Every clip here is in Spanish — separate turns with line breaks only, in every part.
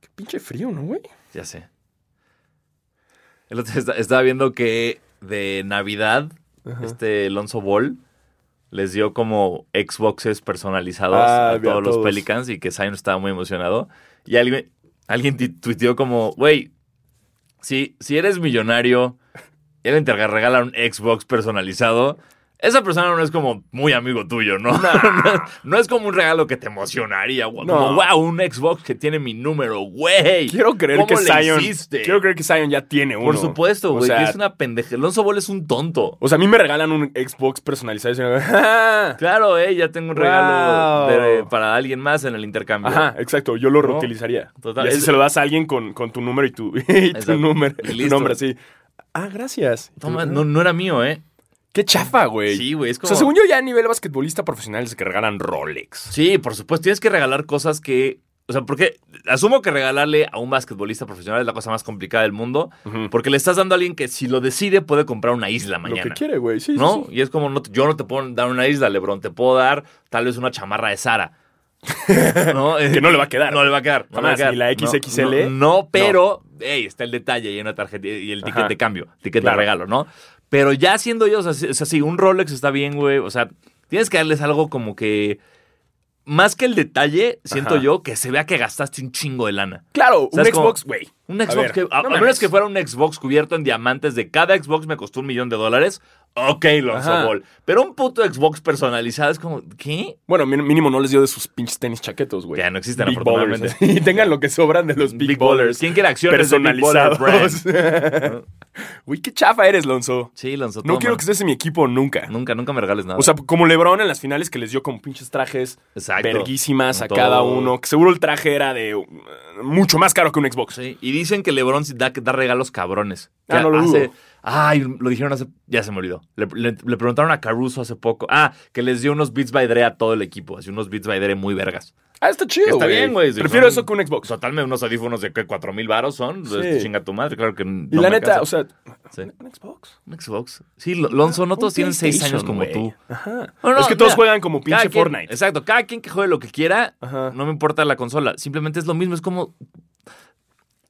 Qué pinche frío, ¿no, güey?
Ya sé. El otro día esta- estaba viendo que de Navidad,
Ajá.
este Alonso Ball les dio como Xboxes personalizados
Ah,
a
vi a
todos los
todos.
Pelicans y que Zion estaba muy emocionado. Y alguien, alguien ti- tuiteó como, güey, si, si eres millonario y alguien te regala un Xbox personalizado, esa persona no es como muy amigo tuyo, ¿no? No, es como un regalo que te emocionaría, güey. Como,
No.
wow, un Xbox que tiene mi número, güey.
Quiero creer
¿Cómo
que
le
Zion.
hiciste?"
Quiero creer que Zion ya tiene uno.
Por supuesto, güey.
O sea,
que es una pendeja. Alonso Ball es un tonto.
o sea, a mí me regalan un Xbox personalizado y yo, "Ah".
Claro, eh, ya tengo un regalo
Wow.
de- para alguien más en el intercambio.
Ajá, exacto. Yo lo
No.
reutilizaría.
Total,
y así
es-
se lo das a alguien con, con tu número y tu, y tu
Exacto.
número.
Y
Tu
listo.
nombre, así. Ah, gracias.
Toma, no, no era mío, ¿eh?
Qué chafa, güey.
Sí, güey, es
O
como...
sea, según yo, ya a nivel basquetbolista profesional es que regalan Rolex.
Sí, por supuesto, tienes que regalar cosas que... O sea, porque asumo que regalarle a un basquetbolista profesional es la cosa más complicada del mundo,
Ujú.
porque le estás dando a alguien que si lo decide puede comprar una isla mañana.
Lo que quiere, güey. Sí, sí,
¿No?
sí.
Y es como, no te- yo no te puedo dar una isla, Lebron, te puedo dar tal vez una chamarra de Sara. ¿No?
Que no le va a quedar.
No le va a quedar. no le va
Jamás,
a quedar.
ni la
No,
XXL.
No, no, pero, hey, está el detalle y una tarjeta y el ticket
Ajá.
de cambio, ticket
Claro.
de regalo, ¿no? Pero ya siendo yo, o sea, sí- o sea, sí, un Rolex está bien, güey. O sea, tienes que darles algo como que. Más que el detalle, siento
Ajá.
yo que se vea que gastaste un chingo de lana.
Claro, un
¿Sabes cómo?
Xbox, güey.
Un
A
Xbox
ver,
que. A,
no
a menos
mames.
que fuera un Xbox cubierto en diamantes de cada Xbox me costó un millón de dólares. Ok, Lonzo
Ajá.
Ball. Pero un puto Xbox personalizado es como, ¿qué?
Bueno, mí- mínimo no les dio de sus pinches tenis chaquetos, güey.
Ya no existen,
Big
afortunadamente.
ballers. Y tengan lo que sobran de los Big, Ballers.
¿Quién quiere acciones de Big Baller
personalizados.
Brand?
Uy, qué chafa eres, Lonzo.
Sí, Lonzo,
No
toma.
quiero que estés en mi equipo nunca.
Nunca, nunca me regales nada.
O sea, como LeBron en las finales que les dio con pinches trajes
Exacto.
verguísimas a
Con
cada
todo.
uno. Que seguro el traje era de uh, mucho más caro que un Xbox.
Sí, y dicen que LeBron sí da, da regalos cabrones.
Ah,
Que
no lo
hace-
dudo.
Ay, lo dijeron hace... Ya se me olvidó. Le, le- le preguntaron a Caruso hace poco. Ah, que les dio unos Beats by Dre a todo el equipo. Así unos Beats by Dre muy vergas.
Ah, está chido.
Está bien, güey. Si
Prefiero
son-
eso que un Xbox.
Totalmente unos audífonos de que 4 mil varos son. Pues, Chinga tu madre, claro que no
Y la
me
neta,
alcanza.
o sea,
Sí.
un Xbox.
Un Xbox. Sí, Lo- Lonzo, no
Un
todos tienen 6 años
PlayStation,
como
güey.
tú.
Ajá.
No, no,
es que todos
mira,
juegan como pinche
Cada quien-
Fortnite.
Exacto, cada quien que juegue lo que quiera,
Ajá.
no me importa la consola. Simplemente es lo mismo, es como.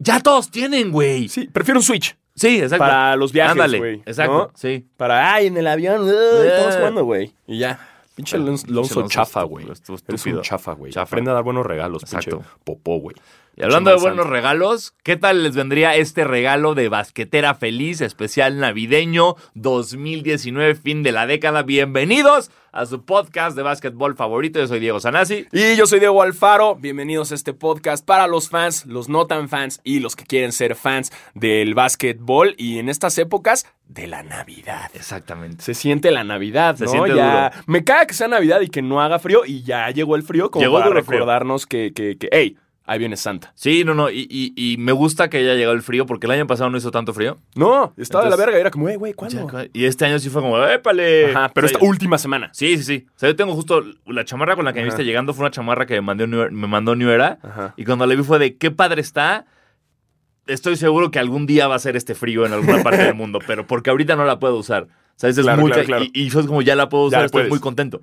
Ya todos tienen, güey. Sí,
Sí, prefiero un Switch.
exacto.
Para los viajes,
Ándale,
güey,
exacto,
¿no?
sí.
Para, ay, en el avión, uy, todos jugando, güey. Y ya. Pinche
Eh. Pero,
Lonzo,
pinche
Lonzo
Lonzo
chafa,
estuvo-
güey.
estuvo
Eres
estúpido.
un chafa, güey.
Chafa.
Aprende a dar buenos regalos,
Exacto.
pinche popó, güey.
Y hablando de
Pinche
buenos
malsano.
regalos, ¿qué tal les vendría este regalo de basquetera feliz, especial navideño 2019, fin de la década? Bienvenidos a su podcast de básquetbol favorito. Yo soy Diego Sanasi.
Y yo soy Diego Alfaro, bienvenidos a este podcast para los fans, los no tan fans y los que quieren ser fans del básquetbol y en estas épocas de la Navidad.
Exactamente.
Se siente la Navidad,
Se
¿no?
siente
ya me caga que sea Navidad y que no haga frío y ya llegó el frío como
Llegó
para
duro frío.
recordarnos que, que, que, hey, ahí viene Santa.
Sí, no, no, y, y- y me gusta que haya llegado el frío, porque el año pasado no hizo tanto frío.
No, estaba de la
Entonces-
verga y era como, hey, güey, ¿cuándo?
Ya, Y este año sí fue como, ¡épale!
Ajá, pero
O sea,
esta última semana.
Sí, sí, sí. O sea, yo tengo justo la chamarra con la que me
Ajá.
viste llegando fue una chamarra que me, mandé New Era- me mandó New Era.
Ajá.
Y cuando la vi fue de, qué padre está. Estoy seguro que algún día va a ser este frío en alguna parte del mundo, pero porque ahorita no la puedo usar. ¿Sabes? Es
Claro,
muy
claro,
ca-
claro.
Y, y yo es como, ya la puedo
Ya
usar,
la
estoy
puedes.
muy contento.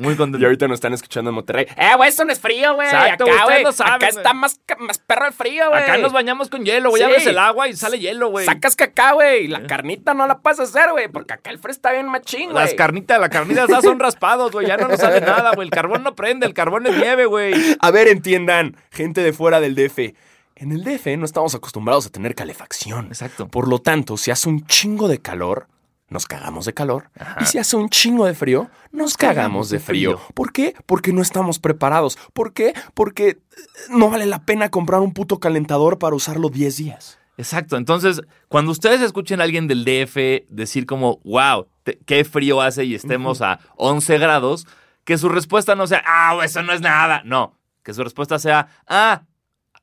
Muy contento.
Y ahorita nos están escuchando en Monterrey. Eh, güey, esto no es frío, güey.
Exacto,
acá,
ustedes
güey.
no saben,
acá
güey.
está más, ca- más perro el frío, güey.
Acá nos bañamos con hielo, güey.
Sí.
Abres el agua y sale hielo, güey.
Sacas cacá, güey. La carnita no la puedes hacer, güey. Porque acá el frío está bien machín, güey.
Las carnitas, las carnitas ya son raspados, güey. Ya no nos sale nada, güey. El carbón no prende, el carbón es nieve, güey.
A ver, entiendan, gente de fuera del DF. En el DF no estamos acostumbrados a tener calefacción.
Exacto.
Por lo tanto, si hace un chingo de calor, nos cagamos de calor. Y si hace un chingo de frío, nos cagamos de frío. ¿Por qué? Porque no estamos preparados. ¿Por qué? Porque eh, no vale la pena comprar un puto calentador para usarlo 10 días.
Exacto. Entonces, cuando ustedes escuchen a alguien del DF decir como, wow, te- qué frío hace y estemos a 11 grados, que su respuesta no sea, ah, eso no es nada. No, que su respuesta sea, ah,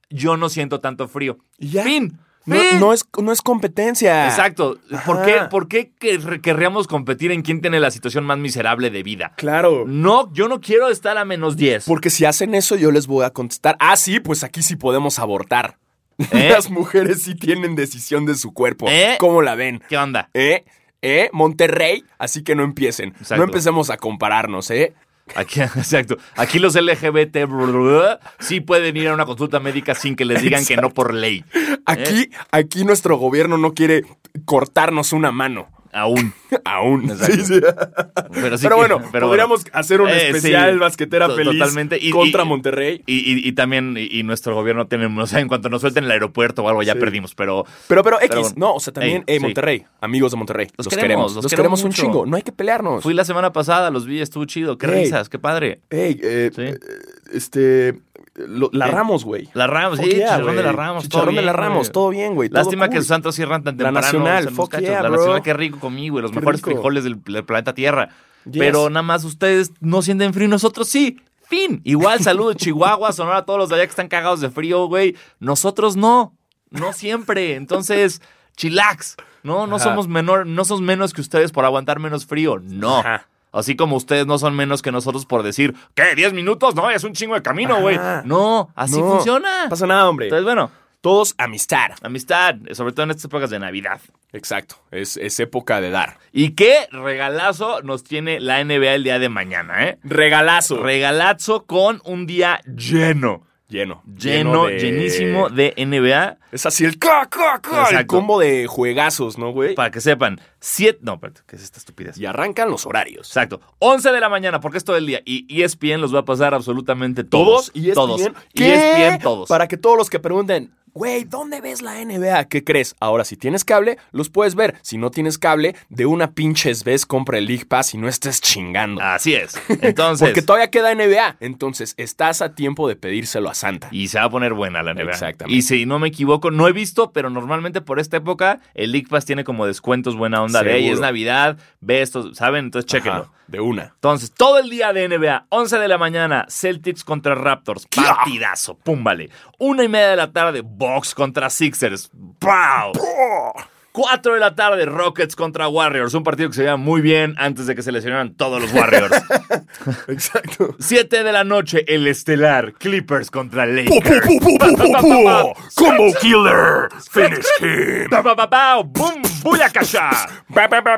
yo no siento tanto frío.
Y ya.
Fin.
No,
Fin.
no es, no es competencia.
Exacto. ¿Por
Ajá.
qué, ¿Por qué quer- querríamos competir en quién tiene la situación más miserable de vida?
Claro.
No, yo no quiero estar a menos 10.
Porque si hacen eso, yo les voy a contestar. Ah, sí, pues aquí sí podemos abortar.
¿Eh?
Las mujeres sí tienen decisión de su cuerpo.
¿Eh?
¿Cómo la ven?
¿Qué onda?
¿Eh? ¿Eh? Monterrey, así que no empiecen.
Exacto.
No empecemos a compararnos, ¿eh?
Aquí, exacto. Aquí los LGBT brr, sí pueden ir a una consulta médica sin que les digan que no por ley. Eh.
Aquí, aquí nuestro gobierno no quiere cortarnos una mano.
Aún.
Aún.
Exacto.
Sí, sí.
Pero, sí
Pero
que-
bueno,
pero
podríamos hacer un
Eh, sí.
especial basquetera
To-
feliz
totalmente. Y-
contra
y-
Monterrey.
Y, y- y también, y, y nuestro gobierno tiene, o sea, en cuanto nos suelten el aeropuerto o algo, ya
Sí.
perdimos, pero
Pero, pero X,
Pero bueno.
no, o sea, también
Ey,
eh,
sí.
Monterrey, amigos de Monterrey. Los,
Los queremos,
queremos,
los
los queremos,
queremos
un
mucho.
chingo. No hay que pelearnos.
fui la semana pasada, los vi, estuvo chido, qué
Ey.
risas, qué padre.
Ey, eh,
Sí. Eh.
eh, este, lo- la
Ey.
Ramos, güey.
La Ramos,
Fuck
Pues sí,
Oh, yeah,
chicharrón de
güey.
la Ramos, todo
Chicharrón de la
bien,
Ramos,
güey.
todo bien, güey. todo
Lástima que
cool.
sus santos cierran tan
La
temprano.
Nacional,
o sea, los
fuck
cachos,
yeah,
la
bro.
Nacional, qué rico comí, güey. Los
Qué
mejores
rico.
frijoles del, del planeta Tierra.
Yes.
Pero nada más ustedes no sienten frío, nosotros sí. Fin. Igual saludos, Chihuahua, Sonora, todos los de allá que están cagados de frío, güey. Nosotros no. No siempre. Entonces, chilax. No, no
Ajá.
somos menor, no somos menos que ustedes por aguantar menos frío. No.
Ajá.
Así como ustedes no son menos que nosotros por decir, ¿qué? ¿10 minutos? No, es un chingo de camino, güey.
Ajá.
No, así
No,
funciona.
No pasa nada, hombre.
Entonces, bueno,
Todos amistad.
Amistad, sobre todo en estas épocas de Navidad.
Exacto. Es, es época de dar.
¿Y qué regalazo nos tiene la NBA el día de mañana, eh?
Regalazo.
Regalazo con un día lleno,
lleno.
lleno,
de-
llenísimo de NBA.
Es así el, ca, ca, ca, el
Exacto.
combo de juegazos, ¿no, güey?
Para que sepan, siete... No, espérate, ¿qué es esta estupidez?
Y arrancan los horarios.
Exacto, 11 de la mañana, porque es todo el día. Y E ESPN los va a pasar absolutamente
Todos
todos.
y E ESPN.
Todos. E
¿Qué?
ESPN todos.
Para que todos los que pregunten, güey, ¿dónde ves la NBA? ¿Qué crees? Ahora, si tienes cable, los puedes ver. Si no tienes cable, de una pinches vez compra el League Pass y no estés chingando.
Así es. Entonces...
Porque todavía queda NBA. Entonces, estás a tiempo de pedírselo a Santa.
Y se va a poner buena la NBA.
Exactamente.
Y si no me equivoco, no he visto, pero normalmente por esta época el League Pass tiene como descuentos buena onda de
Seguro.
"Ey, es Navidad, ve esto, ¿saben? Entonces chéquenlo.
Ajá, de una.
Entonces, todo el día de NBA, 11 de la mañana, Celtics contra Raptors, partidazo, pum, vale. Una y media de la tarde, Bucks contra Sixers, ¡pau!
Oh,
4 de la tarde, Rockets contra Warriors, un partido que se veía muy bien antes de que se lesionaran todos los Warriors.
Exacto.
7 de la noche, el estelar, Clippers contra Lakers.
Combo killer. Finish him.
Pa, pa, pa, pa, ¡Bum! ¡Buyacasha! Pa, pa, pa, pa,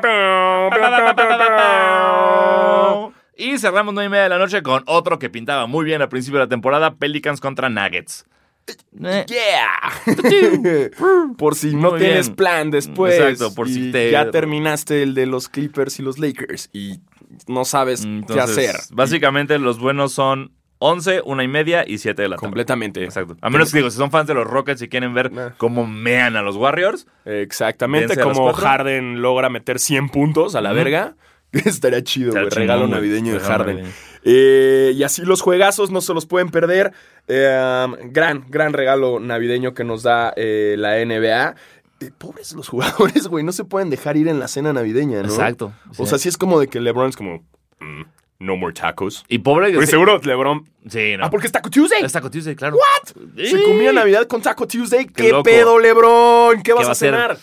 pa, pa, pa. Y cerramos 9 y media de la noche con otro que pintaba muy bien al principio de la temporada, Pelicans contra Nuggets. Eh,
Yeah. Por si no
Muy
tienes
bien.
plan después.
Exacto, por si
y
te-
Ya terminaste el de los Clippers y los Lakers y no sabes qué
entonces,
hacer.
Básicamente los buenos son 11, 1 y media y 7 de la tarde.
Completamente.
Exacto. A menos que digo, si son fans de los Rockets y quieren ver
Nah.
cómo mean a los Warriors,
Exactamente.
Dense a los
Como
cuatro.
Harden logra meter 100 puntos a la
Ujú.
verga. Estaría chido, güey.
Estaría chingón,
Regalo
güey.
navideño de
Regalo
Harden.
navideño.
Eh, y así los juegazos no se los pueden perder. Eh, gran, gran regalo navideño que nos da eh, la NBA. Eh, pobres los jugadores, güey. No se pueden dejar ir en la cena navideña, ¿no?
Exacto,
O
sí.
sea, sí es como de que LeBron es como. "Mm, no more tacos.
y pobre
Porque seguro LeBron.
Sí, no.
Ah, porque es Taco Tuesday.
Está con Tuesday, claro. ¿What?
Se comía Navidad con Taco Tuesday.
Qué
¿Qué,
loco.
pedo, LeBron? ¿Qué vas
va
a
a ser?
cenar?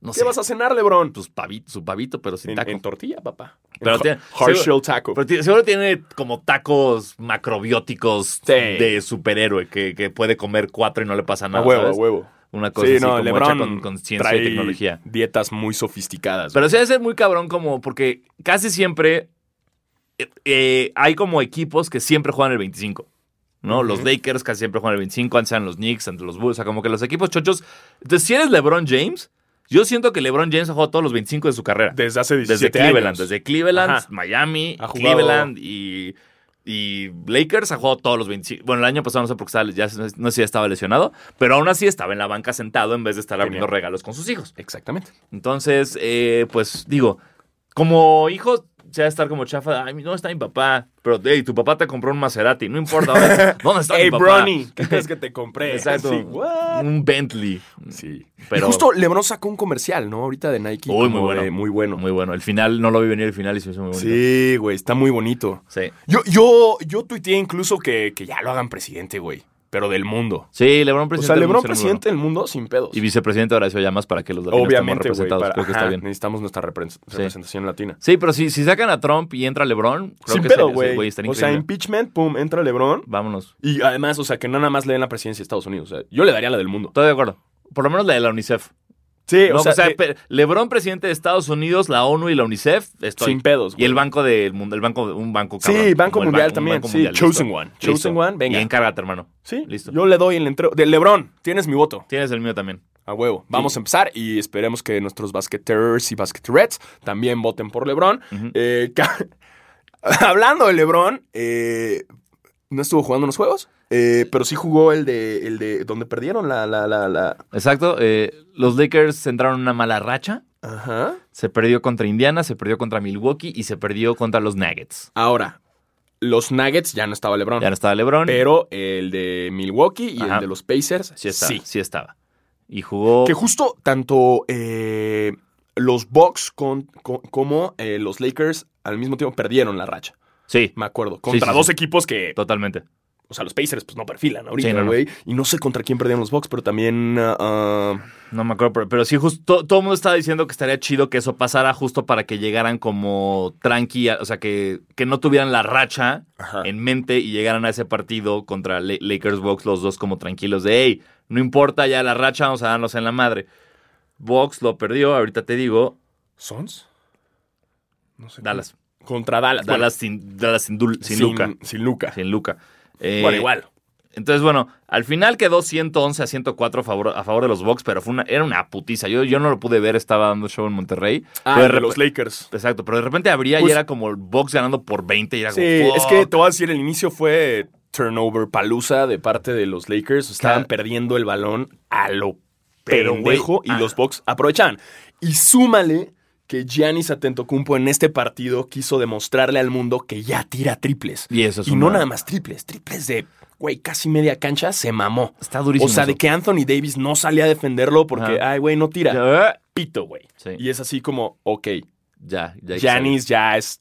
No
¿Qué
sé.
vas a cenar, LeBron?
Pues pavito, su pavito, pero sin
En,
taco.
en tortilla, papá.
Pero
En
tiene-
ha- hard
seguro- pues,
shell taco.
Pero tiene- seguro tiene como tacos macrobióticos
Sí.
de superhéroe que, que puede comer cuatro y no le pasa
a
nada.
huevo,
¿sabes?
a huevo.
Una cosa
Sí,
así
no,
como hecha
LeBron
con, con ciencia
trae
y tecnología.
dietas muy sofisticadas.
Pero sí debe ser muy cabrón como porque casi siempre eh, eh, hay como equipos que siempre juegan el 25. ¿no? Los
Ujú.
Lakers casi siempre juegan el 25, antes eran los Knicks, antes los Bulls, o sea, como que los equipos chochos. Entonces, si eres LeBron James, yo siento que LeBron James ha jugado todos los 25 de su carrera.
desde hace 17
Desde Cleveland,
años.
desde Cleveland,
Ajá.
Miami,
Ha jugado-
Cleveland y, y Lakers ha jugado todos los 25. Bueno, el año pasado no sé por qué estaba, ya, no sé si ya estaba lesionado, pero aún así estaba en la banca sentado en vez de estar
Genial.
abriendo regalos con sus hijos.
Exactamente.
Entonces, eh, pues digo, como hijo, se va a estar como chafa, ay, no está mi papá, pero hey, tu papá te compró un Maserati, no importa, ahora, ¿dónde está mi
Hey,
papá?
Bronny, ¿qué crees que te compré?
Exacto.
Sí, what?
Un Bentley.
Sí.
Pero-
Y justo LeBron sacó un comercial, ¿no? Ahorita de Nike.
Uy, muy
como
bueno.
de- muy bueno.
Muy bueno. El final, no lo vi venir el final y se me hizo muy bonito.
Sí, güey, está muy bonito.
Sí.
Yo, yo, yo tuiteé incluso que, que ya lo hagan presidente, güey. Pero del mundo.
Sí, LeBron
O
presidente.
sea,
del
LeBron
mundo, sí, muy bueno.
presidente del mundo sin pedos.
Y vicepresidente Horacio Llamas para
Pues
que los latinos estemos
Obviamente, güey.
representados.
para-
Creo que
ajá,
está bien.
Necesitamos nuestra repre- representación latina.
Sí, pero si, si sacan a Trump y entra LeBron, creo
Sin
que
pedo,
sería- sí,
güey.
estaría
O sea,
increíble.
impeachment, pum, entra LeBron.
Vámonos.
Y además, o sea, que no nada más le den la presidencia de Estados Unidos. O sea, yo le daría la del mundo.
Estoy de acuerdo. Por lo menos la de la UNICEF.
Sí,
No, o sea, pe- LeBron presidente de Estados Unidos, la ONU y la UNICEF, estoy
sin pedos.
Y el banco del mundo, el banco, un banco
Sí,
cabrón.
Banco
como el
Mundial
ban- un
también,
banco
sí,
mundial,
Chosen
listo.
One, Chosen
Listo.
One, venga.
Y encárgate, hermano.
Sí,
Listo.
Yo le doy el entrego. De Lebrón, tienes mi voto.
Tienes el mío también.
A huevo. Vamos a empezar y esperemos que nuestros basqueteers y basqueterets también voten por Lebrón.
Ujú.
Eh, ca- Hablando de Lebrón, eh, no estuvo jugando unos juegos, eh, pero sí jugó el de, el de donde perdieron la, la, la, la-
Exacto. eh, los Lakers entraron en una mala racha.
Ajá.
Se perdió contra Indiana, se perdió contra Milwaukee y se perdió contra los Nuggets.
Ahora, los Nuggets ya no estaba Lebrón.
Ya no estaba LeBron.
Pero el de Milwaukee y
Ajá.
el de los Pacers,
sí estaba. Sí, estaba. Y jugó.
Que justo tanto eh, los Bucks con- con- como eh, los Lakers al mismo tiempo perdieron la racha.
Sí,
Me acuerdo. Contra
sí, sí.
dos equipos que,
totalmente.
o sea, los Pacers pues no perfilan ahorita,
Sí, no, no.
güey. Y no sé contra quién perdieron los Bucks, pero también... ah, ah,
No me acuerdo, pero, pero sí, justo todo el mundo estaba diciendo que estaría chido que eso pasara justo para que llegaran como tranqui, o sea, que, que no tuvieran la racha
Ajá.
en mente y llegaran a ese partido contra La- Lakers Box los dos como tranquilos de, hey, no importa ya la racha, vamos a darnos en la madre. Box lo perdió, ahorita te digo,
¿Sons? No sé.
Dallas.
Contra Dallas. bueno,
Dallas, sin, Dallas sin, Dul- sin Luca.
Sin Luca.
Sin Luca. Eh,
bueno, igual.
Entonces, bueno, al final quedó 111 a 104 a favor, a favor de los Bucks, pero fue una, era una putiza. Yo, yo no lo pude ver, estaba dando show en Monterrey.
Ah,
Pero
el de
de
los
repe-
Lakers.
Exacto, pero de repente abría
Pues-
y era como Box ganando por 20 y era
Sí,
como
es
"Fuck".
que te voy a decir, el inicio fue turnover palusa de parte de los Lakers. Estaban
Claro.
perdiendo el balón a lo
Pero, güey,
pendejo y
ah.
los Bucks aprovechan. Y súmale que Giannis Atentocumpo en este partido quiso demostrarle al mundo que ya tira triples.
Y eso es
Y no
una-
nada más triples, triples de, güey, casi media cancha, se mamó.
Está durísimo.
O sea, de
eso.
que Anthony Davis no salía a defenderlo porque,
Ajá.
ay, güey, no tira.
Ya,
Pito, güey.
Sí.
¿eh? Y es así como, ok,
ya, ya.
Giannis ya es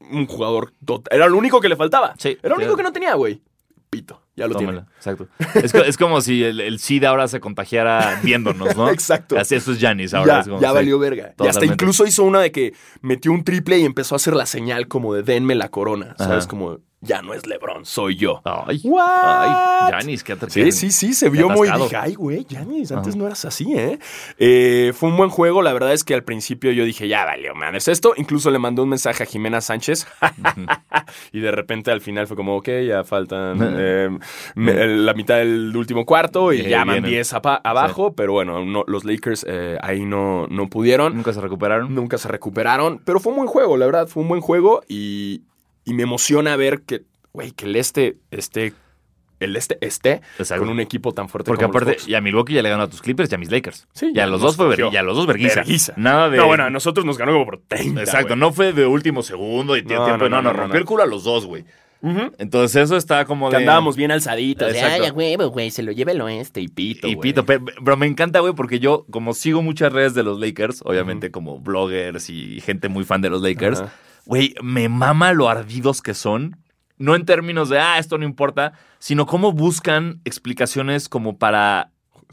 un jugador. tot- Era lo único que le faltaba.
Sí.
Era lo único
Ya.
que no tenía, güey. Pito, ya lo
Tómala, exacto. Es, co- es como si el, el SIDA ahora se contagiara viéndonos, ¿no?
tiene. Exacto.
Así, eso es Giannis ahora.
Ya,
es como,
ya
sí.
valió verga. Y hasta
Totalmente.
incluso hizo una de que metió un triple y empezó a hacer la señal como de denme la corona. ¿Sabes?
Ajá.
Como ya no es LeBron, soy yo.
Ay,
What?
ay, Giannis, qué atractivo.
Sí, sí, sí, se vio muy.
atascado.
Dije, ay, güey, Yanis, antes
Ajá.
no eras así, ¿eh? ¿eh? Fue un buen juego. La verdad es que al principio yo dije, ya valió, man, es esto. Incluso le mandé un mensaje a Jimena Sánchez. y de repente al final fue como, ok, ya faltan eh, me- la mitad del último cuarto y
Eh,
ya van
vienen.
10 apa- abajo. Pero bueno, no- los Lakers eh, ahí no, no pudieron.
Nunca se recuperaron.
Nunca se recuperaron. Pero fue un buen juego, la verdad, fue un buen juego. Y, y me emociona ver que, güey, que el este esté. El este esté
Exacto.
con un equipo tan fuerte
Porque
como los
aparte,
Bucks.
y a Milwaukee ya le ganó a tus Clippers y a mis Lakers.
Sí,
y
ya
a los
nos
dos fue ver-
cogió.
y a los dos vergüenza.
Verguiza.
Nada de.
No, bueno, a nosotros nos ganó como por 30.
Exacto,
güey.
no fue de último segundo y tiene
No,
tiempo.
no,
No,
no,
no,
no,
rompió
no.
el culo a los dos, güey.
Ujú.
Entonces eso está como
Que
de.
andábamos bien alzaditos. de,
Exacto.
Ay, a huevo, güey, se lo lleva el oeste y pito.
Y
güey".
pito, pe- pero me encanta, güey, porque yo, como sigo muchas redes de los Lakers, obviamente como bloggers y gente muy fan de los Lakers,
Ajá.
güey, me mama lo ardidos que son. No en términos de, ah, esto no importa, sino cómo buscan explicaciones como para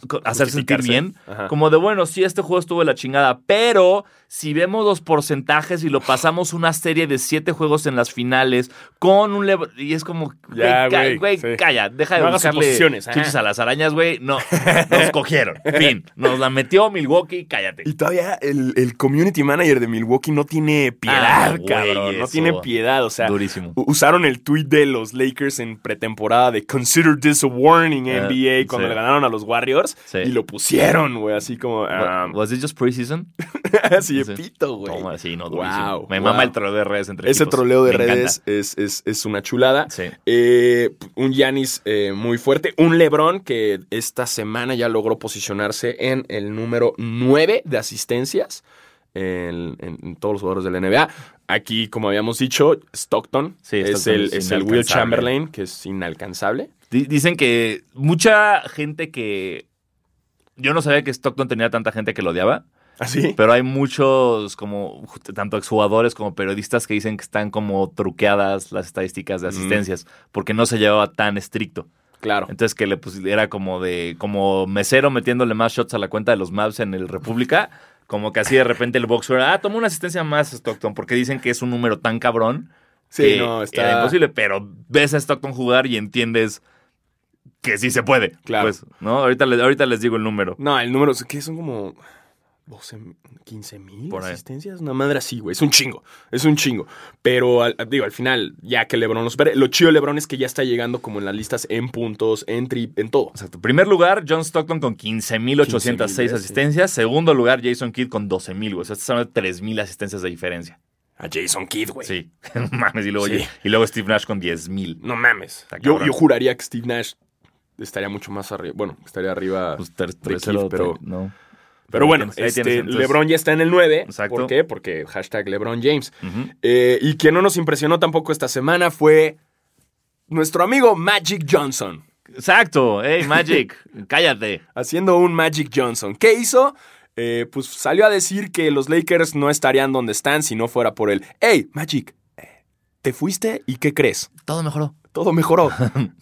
co- hacer sentir
Justificarse.
bien.
Ajá.
Como de, bueno, sí, este juego estuvo de la chingada, pero si vemos los porcentajes y lo pasamos una serie de siete juegos en las finales con un Lebron. Y es como, güey,
Ya,
ca-
güey,
güey,
sí.
calla, deja de
No hagas
buscarle
suposiciones, ajá.
chichis a las arañas, güey. No, nos cogieron. Fin, nos la metió Milwaukee, cállate.
Y todavía el, el community manager de Milwaukee no tiene piedad,
Ah, güey,
cabrón. no
eso.
tiene piedad. O sea,
Durísimo.
u- usaron el tweet de los Lakers en pretemporada de Consider this a warning
Eh,
NBA cuando
sí.
le ganaron a los Warriors
Sí.
y lo pusieron, güey, así como. ah,
¿Was it just preseason?
así de
sí.
pito, güey.
Toma, sí, no, durísimo.
Wow,
Me mama
wow.
el troleo de redes entre
Ese
equipos.
troleo de
Me
redes
encanta.
es, es- es una chulada.
Sí.
Eh, un Yanis muy fuerte. Un Lebron que esta semana ya logró posicionarse en el número 9 de asistencias en, en- en todos los jugadores de la NBA. Aquí, como habíamos dicho, Stockton
Sí,
es
Stockton
el,
es
es el Will
inalcanzable.
Chamberlain, que es inalcanzable.
Di- Dicen que mucha gente que... Yo no sabía que Stockton tenía tanta gente que lo odiaba.
¿Así?
Pero hay muchos, como tanto exjugadores como periodistas que dicen que están como truqueadas las estadísticas de asistencias porque no se llevaba tan estricto.
Claro.
Entonces que le pus- era como de como mesero metiéndole más shots a la cuenta de los Mavs en el República, como que así de repente el boxer, ah, toma una asistencia más Stockton porque dicen que es un número tan cabrón
Sí,
que
no, está.
era imposible, pero ves a Stockton jugar y entiendes que sí se puede.
Claro.
Pues, ¿no? Ahorita les, ahorita les digo el número.
No, el número, ¿qué? Son como 12, 15 mil
Por ahí.
asistencias. Una madre así, güey. Es un chingo. Es un chingo. Pero, al- digo, al final, ya que LeBron lo supere, lo chido de LeBron es que ya está llegando como en las listas, en puntos, en trip, en todo.
Exacto. Primer lugar, John Stockton con 15,806
15,000,
asistencias. Segundo lugar, Jason Kidd con 12,000, güey. O sea, estás hablando de 3,000 asistencias de diferencia.
A Jason Kidd, güey.
Sí. Mames. Y luego,
Sí.
y luego Steve Nash con 10,000.
No mames.
Está
Yo,
cabrón.
yo juraría que Steve Nash estaría mucho más arriba. Bueno, estaría arriba.
Pues ter-
De
tercero,
Kidd, pero-
te- no.
Pero bueno,
ahí tienes,
este,
ahí tienes, entonces.
LeBron ya está en el 9.
Exacto.
¿Por qué? Porque hashtag LeBron James.
Ujú.
Eh, y quien no nos impresionó tampoco esta semana fue nuestro amigo Magic Johnson.
Exacto. Hey, Magic, cállate.
Haciendo un Magic Johnson. ¿Qué hizo? Eh, pues salió a decir que los Lakers no estarían donde están si no fuera por él. ¡Hey, Magic! eh, ¿Te fuiste y qué crees?
Todo mejoró.
Todo mejoró.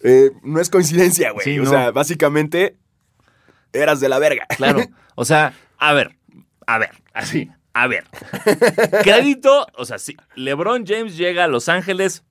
Eh, no es coincidencia, güey.
Sí,
o
no.
sea, básicamente eras de la verga.
Claro. O sea, a ver, a ver, así, a ver. Crédito, o sea, sí. LeBron James llega a Los Ángeles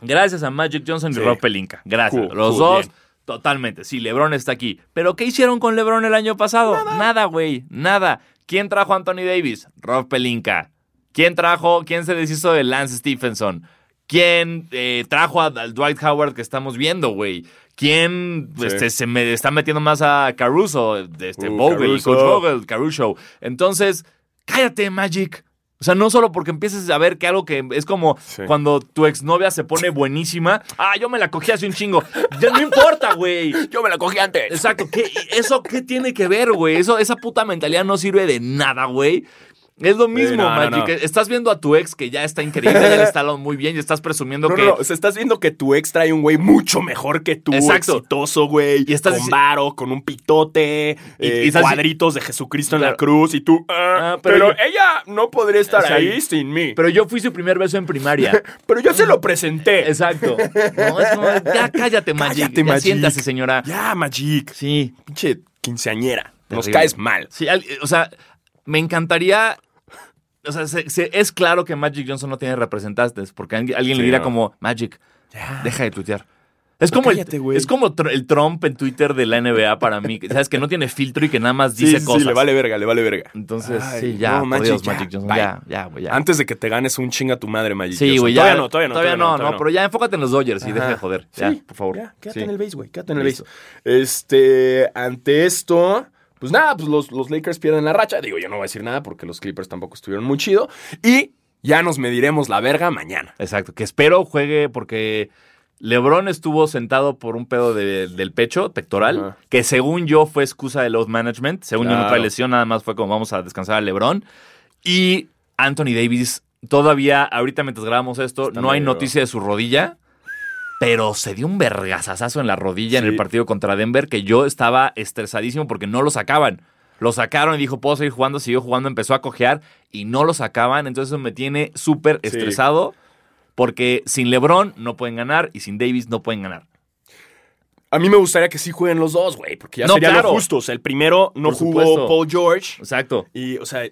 gracias a Magic Johnson y
Sí.
Rob Pelinka. Gracias.
Cool,
Los
cool,
dos,
bien.
totalmente. Sí, LeBron está aquí. Pero ¿qué hicieron con LeBron el año pasado? Nada, güey, nada. ¿Quién trajo a Anthony Davis? Rob Pelinka. ¿Quién trajo, quién se deshizo de Lance Stephenson? ¿Quién eh, trajo a- al Dwight Howard que estamos viendo, güey? ¿Quién
Sí.
este, se me está metiendo más a Caruso? De, este
Uh,
Vogel,
Caruso.
Coach Vogel, Caruso. Entonces, cállate, Magic. O sea, no solo porque empieces a ver que algo que es como
Sí.
cuando tu exnovia se pone buenísima. Ah, yo me la cogí hace un chingo. Ya no importa, güey.
Yo me la cogí antes.
Exacto. ¿Qué- ¿Eso qué tiene que ver, güey? Eso, esa puta mentalidad no sirve de nada, güey. Es lo mismo,
no, no,
Magic.
no.
Estás viendo a tu ex que ya está increíble, ya le está lo- muy bien y estás presumiendo
No,
que...
no, no. O sea, estás viendo que tu ex trae un güey mucho mejor que tú.
Exacto.
Exitoso, güey.
Y estás
con
dici-
varo, con un pitote,
Y-
eh,
y estás-
cuadritos de Jesucristo en la
Claro.
cruz. Y tú, ah,
Ah,
pero,
pero
ella no podría estar
O sea,
ahí sin mí. Pero,
Pero yo fui su primer beso en primaria.
yo se lo presenté.
Exacto. No, es como, ya cállate, Magic.
Cállate,
ya
Magic.
siéntase, señora.
Ya, Magic.
Sí.
Pinche quinceañera. Nos
Terrible.
caes mal.
Sí, al- o sea, me encantaría. O sea, se- se- es claro que Magic Johnson no tiene representantes, porque alguien, alguien
Sí,
le dirá
no.
como, Magic,
Ya.
deja de tuitear. Es como,
cállate,
el,
güey.
es como tr- el Trump en Twitter de la NBA para mí. que, Sabes que no tiene filtro y que nada más
Sí,
dice
sí,
cosas.
sí, le vale verga, le vale verga.
Entonces,
Ay,
sí, ya,
no,
por
Magic,
Dios,
ya,
Magic Johnson,
bye.
ya, ya, güey, ya.
Antes de que te ganes un chinga tu madre, Magic.
sí,
Johnson.
güey, ya.
Todavía no, todavía no. Todavía, no, todavía no.
pero ya enfócate en los Dodgers y
Ajá.
deja de joder.
Sí,
ya, por favor.
Ya, quédate
Sí.
en el base, güey. Quédate en el
Listo.
base. Este, ante esto, pues nada, pues los, los Lakers pierden la racha. Digo, yo no voy a decir nada porque los Clippers tampoco estuvieron muy chido. Y ya nos mediremos la verga mañana.
Exacto, que espero juegue porque LeBron estuvo sentado por un pedo de- del pecho, pectoral,
Ajá.
que según yo fue excusa de load management, según yo no trae
Claro.
lesión, nada más fue como vamos a descansar a LeBron. Y Anthony Davis todavía, ahorita mientras grabamos esto,
Está
no hay
medio-
noticia de su rodilla. Pero se dio un vergazazazo en la rodilla en
Sí.
el partido contra Denver que yo estaba estresadísimo porque no lo sacaban. Lo sacaron y dijo, puedo seguir jugando, siguió jugando, empezó a cojear y no lo sacaban. Entonces eso me tiene súper
Sí.
estresado porque sin LeBron no pueden ganar y sin Davis no pueden ganar.
A mí me gustaría que sí jueguen los dos, güey, porque ya
No,
sería lo
claro.
justo. O sea, el primero no
Por
jugó
supuesto.
Paul George.
Exacto.
Y, o sea,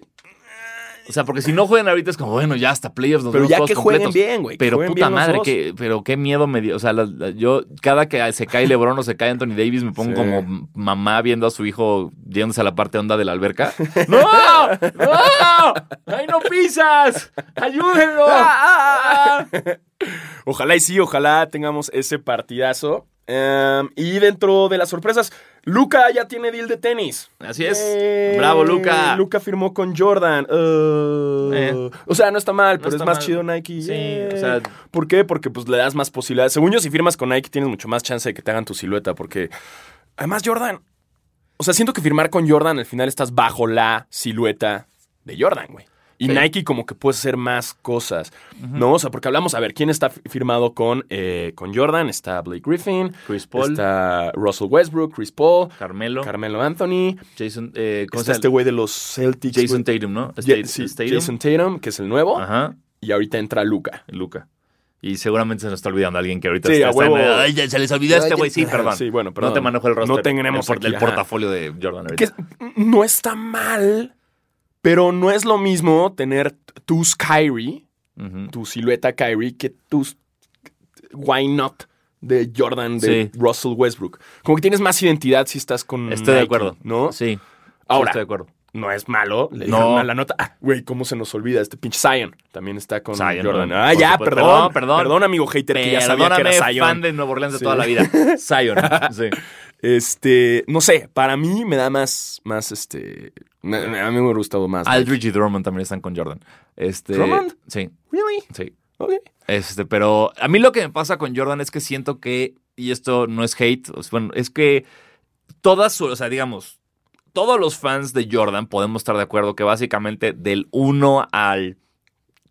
O sea, porque si no juegan ahorita es como, bueno, ya hasta playoffs nos
pero
vemos
ya
todos
que jueguen
completos.
bien, güey. que
Pero
jueguen
puta
bien los
madre,
dos.
qué, pero qué miedo me dio. O sea, la- la- yo cada que se cae LeBron o se cae Anthony Davis me pongo
Sí.
como m- mamá viendo a su hijo yéndose a la parte honda de la alberca. ¡No! ¡No! ¡Ahí no pisas! ¡Ayúdenlo!
Ah, Ojalá y sí, ojalá tengamos ese partidazo. Em, y dentro de las sorpresas, Luca ya tiene deal de tenis.
Así es.
Yay.
¡Bravo, Luca!
Eh, Luca firmó con Jordan. Uh,
Eh.
O sea, no está mal, pero
está
es más
mal.
chido Nike.
Sí,
Yay.
o sea-
¿Por qué? Porque pues le das más posibilidades. Según yo, si firmas con Nike, tienes mucho más chance de que te hagan tu silueta, porque además Jordan. O sea, siento que firmar con Jordan al final estás bajo la silueta de Jordan, güey. Y
Sí.
Nike como que puede hacer más cosas, ¿no? O sea, porque hablamos, a ver, ¿quién está fi- firmado con, eh, con Jordan? Está Blake Griffin,
Chris Paul,
está Russell Westbrook, Chris Paul,
Carmelo,
Carmelo Anthony,
Jason, eh, ¿cómo
Está
se
este
llama?
güey de los Celtics.
Jason
güey.
Tatum, ¿no?
Ya-
State-
sí,
Tatum.
Jason Tatum, que es el nuevo.
Ajá.
Y ahorita entra Luca.
Luca. Y seguramente se nos está olvidando alguien que ahorita
Sí,
está,
a
está en-
huevo.
Ay, ya, se les olvidó este güey. Sí, perdón.
Sí, bueno, perdón.
No te manejo el roster.
No tenemos
el, por-
aquí,
el
ajá.
portafolio de Jordan ahorita.
Que no está mal, pero no es lo mismo tener tus Kyrie,
Ujú.
Mm, tu silueta Kyrie, que tus. Why not? de Jordan, de
Sí.
Russell Westbrook. Como que tienes más identidad si estás con.
Estoy de
Nike,
acuerdo.
¿No?
Sí.
Ahora.
Sí, estoy de acuerdo.
No es malo. Le
No.
no. la nota. Ah, güey, ¿cómo se nos olvida? Este pinche Zion también está con
Zion,
Jordan.
no,
ah,
por
ya,
supuesto.
perdón, perdón.
Perdón, perdón.
Perdón, amigo hater, que ya sabía que
Perdóname,
era Zion.
fan de Nueva Orleans de
Sí.
toda la vida. Zion. Sí.
Este, no sé, para mí me da más, más este. me- me- A mí me hubiera gustado más.
Aldridge y Drummond también están con Jordan. Este,
¿Drummond?
Sí,
¿Really?
sí.
Ok.
Este, pero a mí lo que me pasa con Jordan es que siento que, y esto no es hate, o sea, bueno, es que todas, su- o sea, digamos, todos los fans de Jordan podemos estar de acuerdo que básicamente del 1 al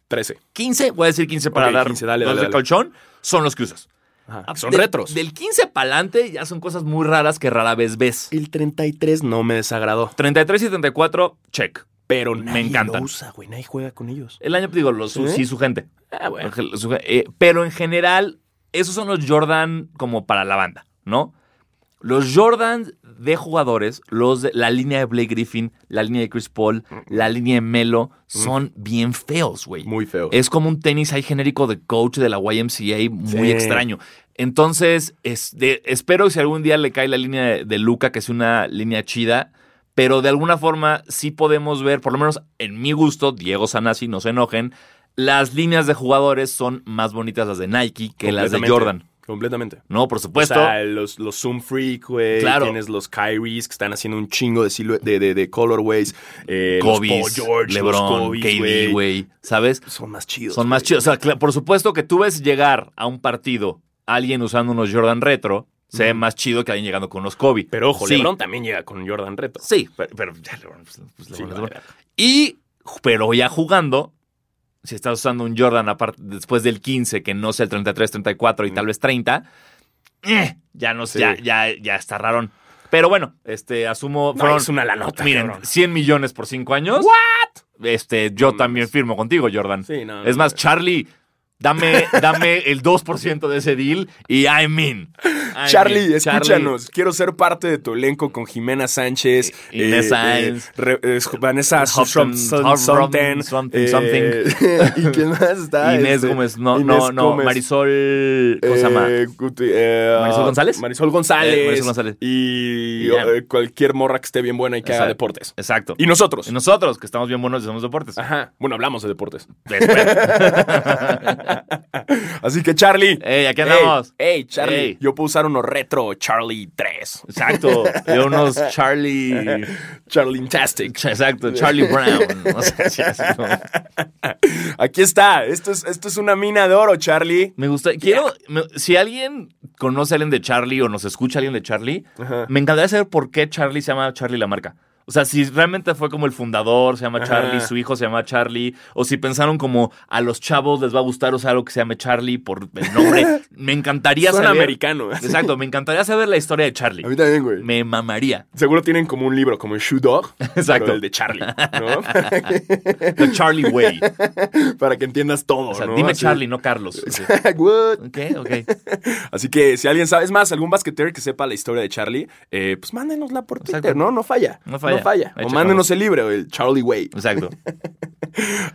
13.
15, voy a decir 15 para
Ok,
dar
15, dale,
los
dale,
de
dale.
colchón, son los que usas.
Ajá. Ah, Son
De-
retros.
Del 15 para adelante ya son cosas muy raras que rara vez ves.
El 33 no me desagradó.
33 y 34, check.
Pero
Me
nadie
encantan.
lo usa, güey. Nadie juega con ellos.
El año, digo, los,
¿Sí?
sí, su gente.
Ah, bueno.
Su- eh, pero en general, esos son los Jordan como para la banda, ¿no? Los Jordan de jugadores, los de- la línea de Blake Griffin, la línea de Chris Paul, la línea de Melo, son bien feos, güey.
Mm. Muy feo.
Es como un tenis ahí genérico de coach de la YMCA, muy
Sí.
extraño. Entonces, es de- espero que si algún día le cae la línea de, de Luca, que es una línea chida, pero de alguna forma sí podemos ver, por lo menos en mi gusto, Diego Sanasi, no se enojen, las líneas de jugadores son más bonitas las de Nike que las de
Completamente.
Jordan.
Completamente.
No, por supuesto.
O sea, los, los Zoom Freak, güey.
Claro.
Tienes los Kyries que están haciendo un chingo de, silhue- de, de, de colorways. Eh,
Kobe,
los Paul George, los
LeBron,
Kobe,
KD, güey, ¿sabes?
Son más chidos.
Son más
güey.
chidos. O sea, cla- por supuesto que tú ves llegar a un partido alguien usando unos Jordan retro, se ve
Ujú.
más chido que alguien llegando con unos Kobe.
Pero ojo,
Sí.
LeBron también llega con Jordan Reto.
Sí, pero, pero ya LeBron, pues, pues,
Sí,
LeBron,
la
LeBron.
verdad.
Y, pero ya jugando, si estás usando un Jordan aparte, después del 15, que no sea el 33, 34 y
Mm.
tal vez 30, eh, ya no sé,
Sí.
ya, ya, ya está raro. Pero bueno, este, asumo,
No,
fueron,
es una la nota.
miren, 100 millones por 5 años. Este, yo
No
también
mames.
firmo contigo, Jordan.
Sí, Ah, no,
Es
no,
más, Charlie, dame, dame el 2% de ese deal y I'm in. I'm
Charlie,
in.
escúchanos. Quiero ser parte de tu elenco con Jimena Sánchez,
I- Inés Sainz.
Re- eh, Vanessa
Houghton,
Sutton,
Houghton,
something, eh,
something, something.
¿Y quién más está?
Inés
Este,
Gómez, no,
Inés
no, no,
Gómez.
Marisol, ¿cómo se llama?
Eh, Guti- eh,
¿Marisol González?
Marisol González.
Eh, Marisol González.
Y
Y ya.
eh, cualquier morra que esté bien buena y que haga
Exacto.
deportes.
Exacto.
Y Ah. nosotros.
Y nosotros, que estamos bien buenos y somos deportes. Pues,
Ajá. Bueno, hablamos de deportes.
Después.
Así que, Charlie.
Ey, aquí andamos.
Ey, ey, Charlie.
Ey.
Yo puedo usar unos retro Charlie 3.
Exacto. Yo unos Charlie.
Charlie Tastic.
Exacto, Charlie Brown. No sé si así como-
Aquí está. Esto es, esto es una mina de oro, Charlie.
Me gusta. Quiero. me- si alguien conoce a alguien de Charlie o nos escucha a alguien de Charlie, me encantaría saber por qué Charlie se llama Charlie la marca. O sea, si realmente fue como el fundador, se llama
Ajá.
Charlie, su hijo se llama Charlie, o si pensaron como a los chavos les va a gustar usar algo que se llame Charlie por el nombre. Me encantaría
Son
saber.
americano. ¿eh? A
Exacto, me encantaría saber la historia de Charlie.
mí también, güey.
Me mamaría.
Seguro tienen como un libro, como el Shoe Dog.
Exacto.
pero el de Charlie, ¿no?
The Charlie Way.
Para que entiendas todo,
O sea,
¿no?
dime
Así-
Charlie, no Carlos.
What?
Ok, ok.
Así que si alguien sabe, es más, algún basquetero que sepa la historia de Charlie, eh, pues mándenosla por Twitter,
Exacto.
¿no? No falla.
No falla.
No falla.
Ahí
o
checamos.
mándenos el libro, el Charlie Way.
Exacto.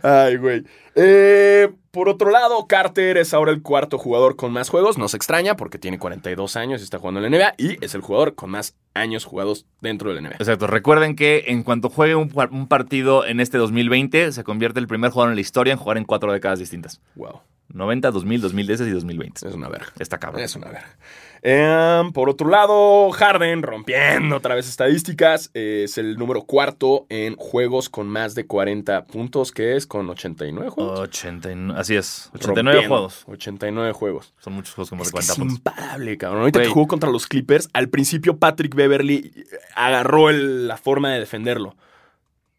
Ay, güey. Eh, por otro lado, Carter es ahora el cuarto jugador con más juegos. No se extraña porque tiene 42 años y está jugando en la NBA y es el jugador con más años jugados dentro de la NBA.
Exacto. Recuerden que en cuanto juegue un, par- un partido en este 2020, se convierte el primer jugador en la historia en jugar en cuatro décadas distintas.
Wow,
90, 2000, 2010 y 2020.
es una verga.
Está cabrón.
Es una verga. Em, por otro lado, Harden rompiendo otra vez estadísticas. eh, es el número cuarto en juegos con más de 40 puntos, que es con 89 juegos.
Oh, 89, así es. 89
Rompiendo.
juegos.
89 juegos.
Son muchos juegos como
Es
de
que
40
es
puntos.
imparable, cabrón. Ahorita que
Güey.
jugó contra los Clippers, al principio Patrick Beverly eh, agarró el- la forma de defenderlo.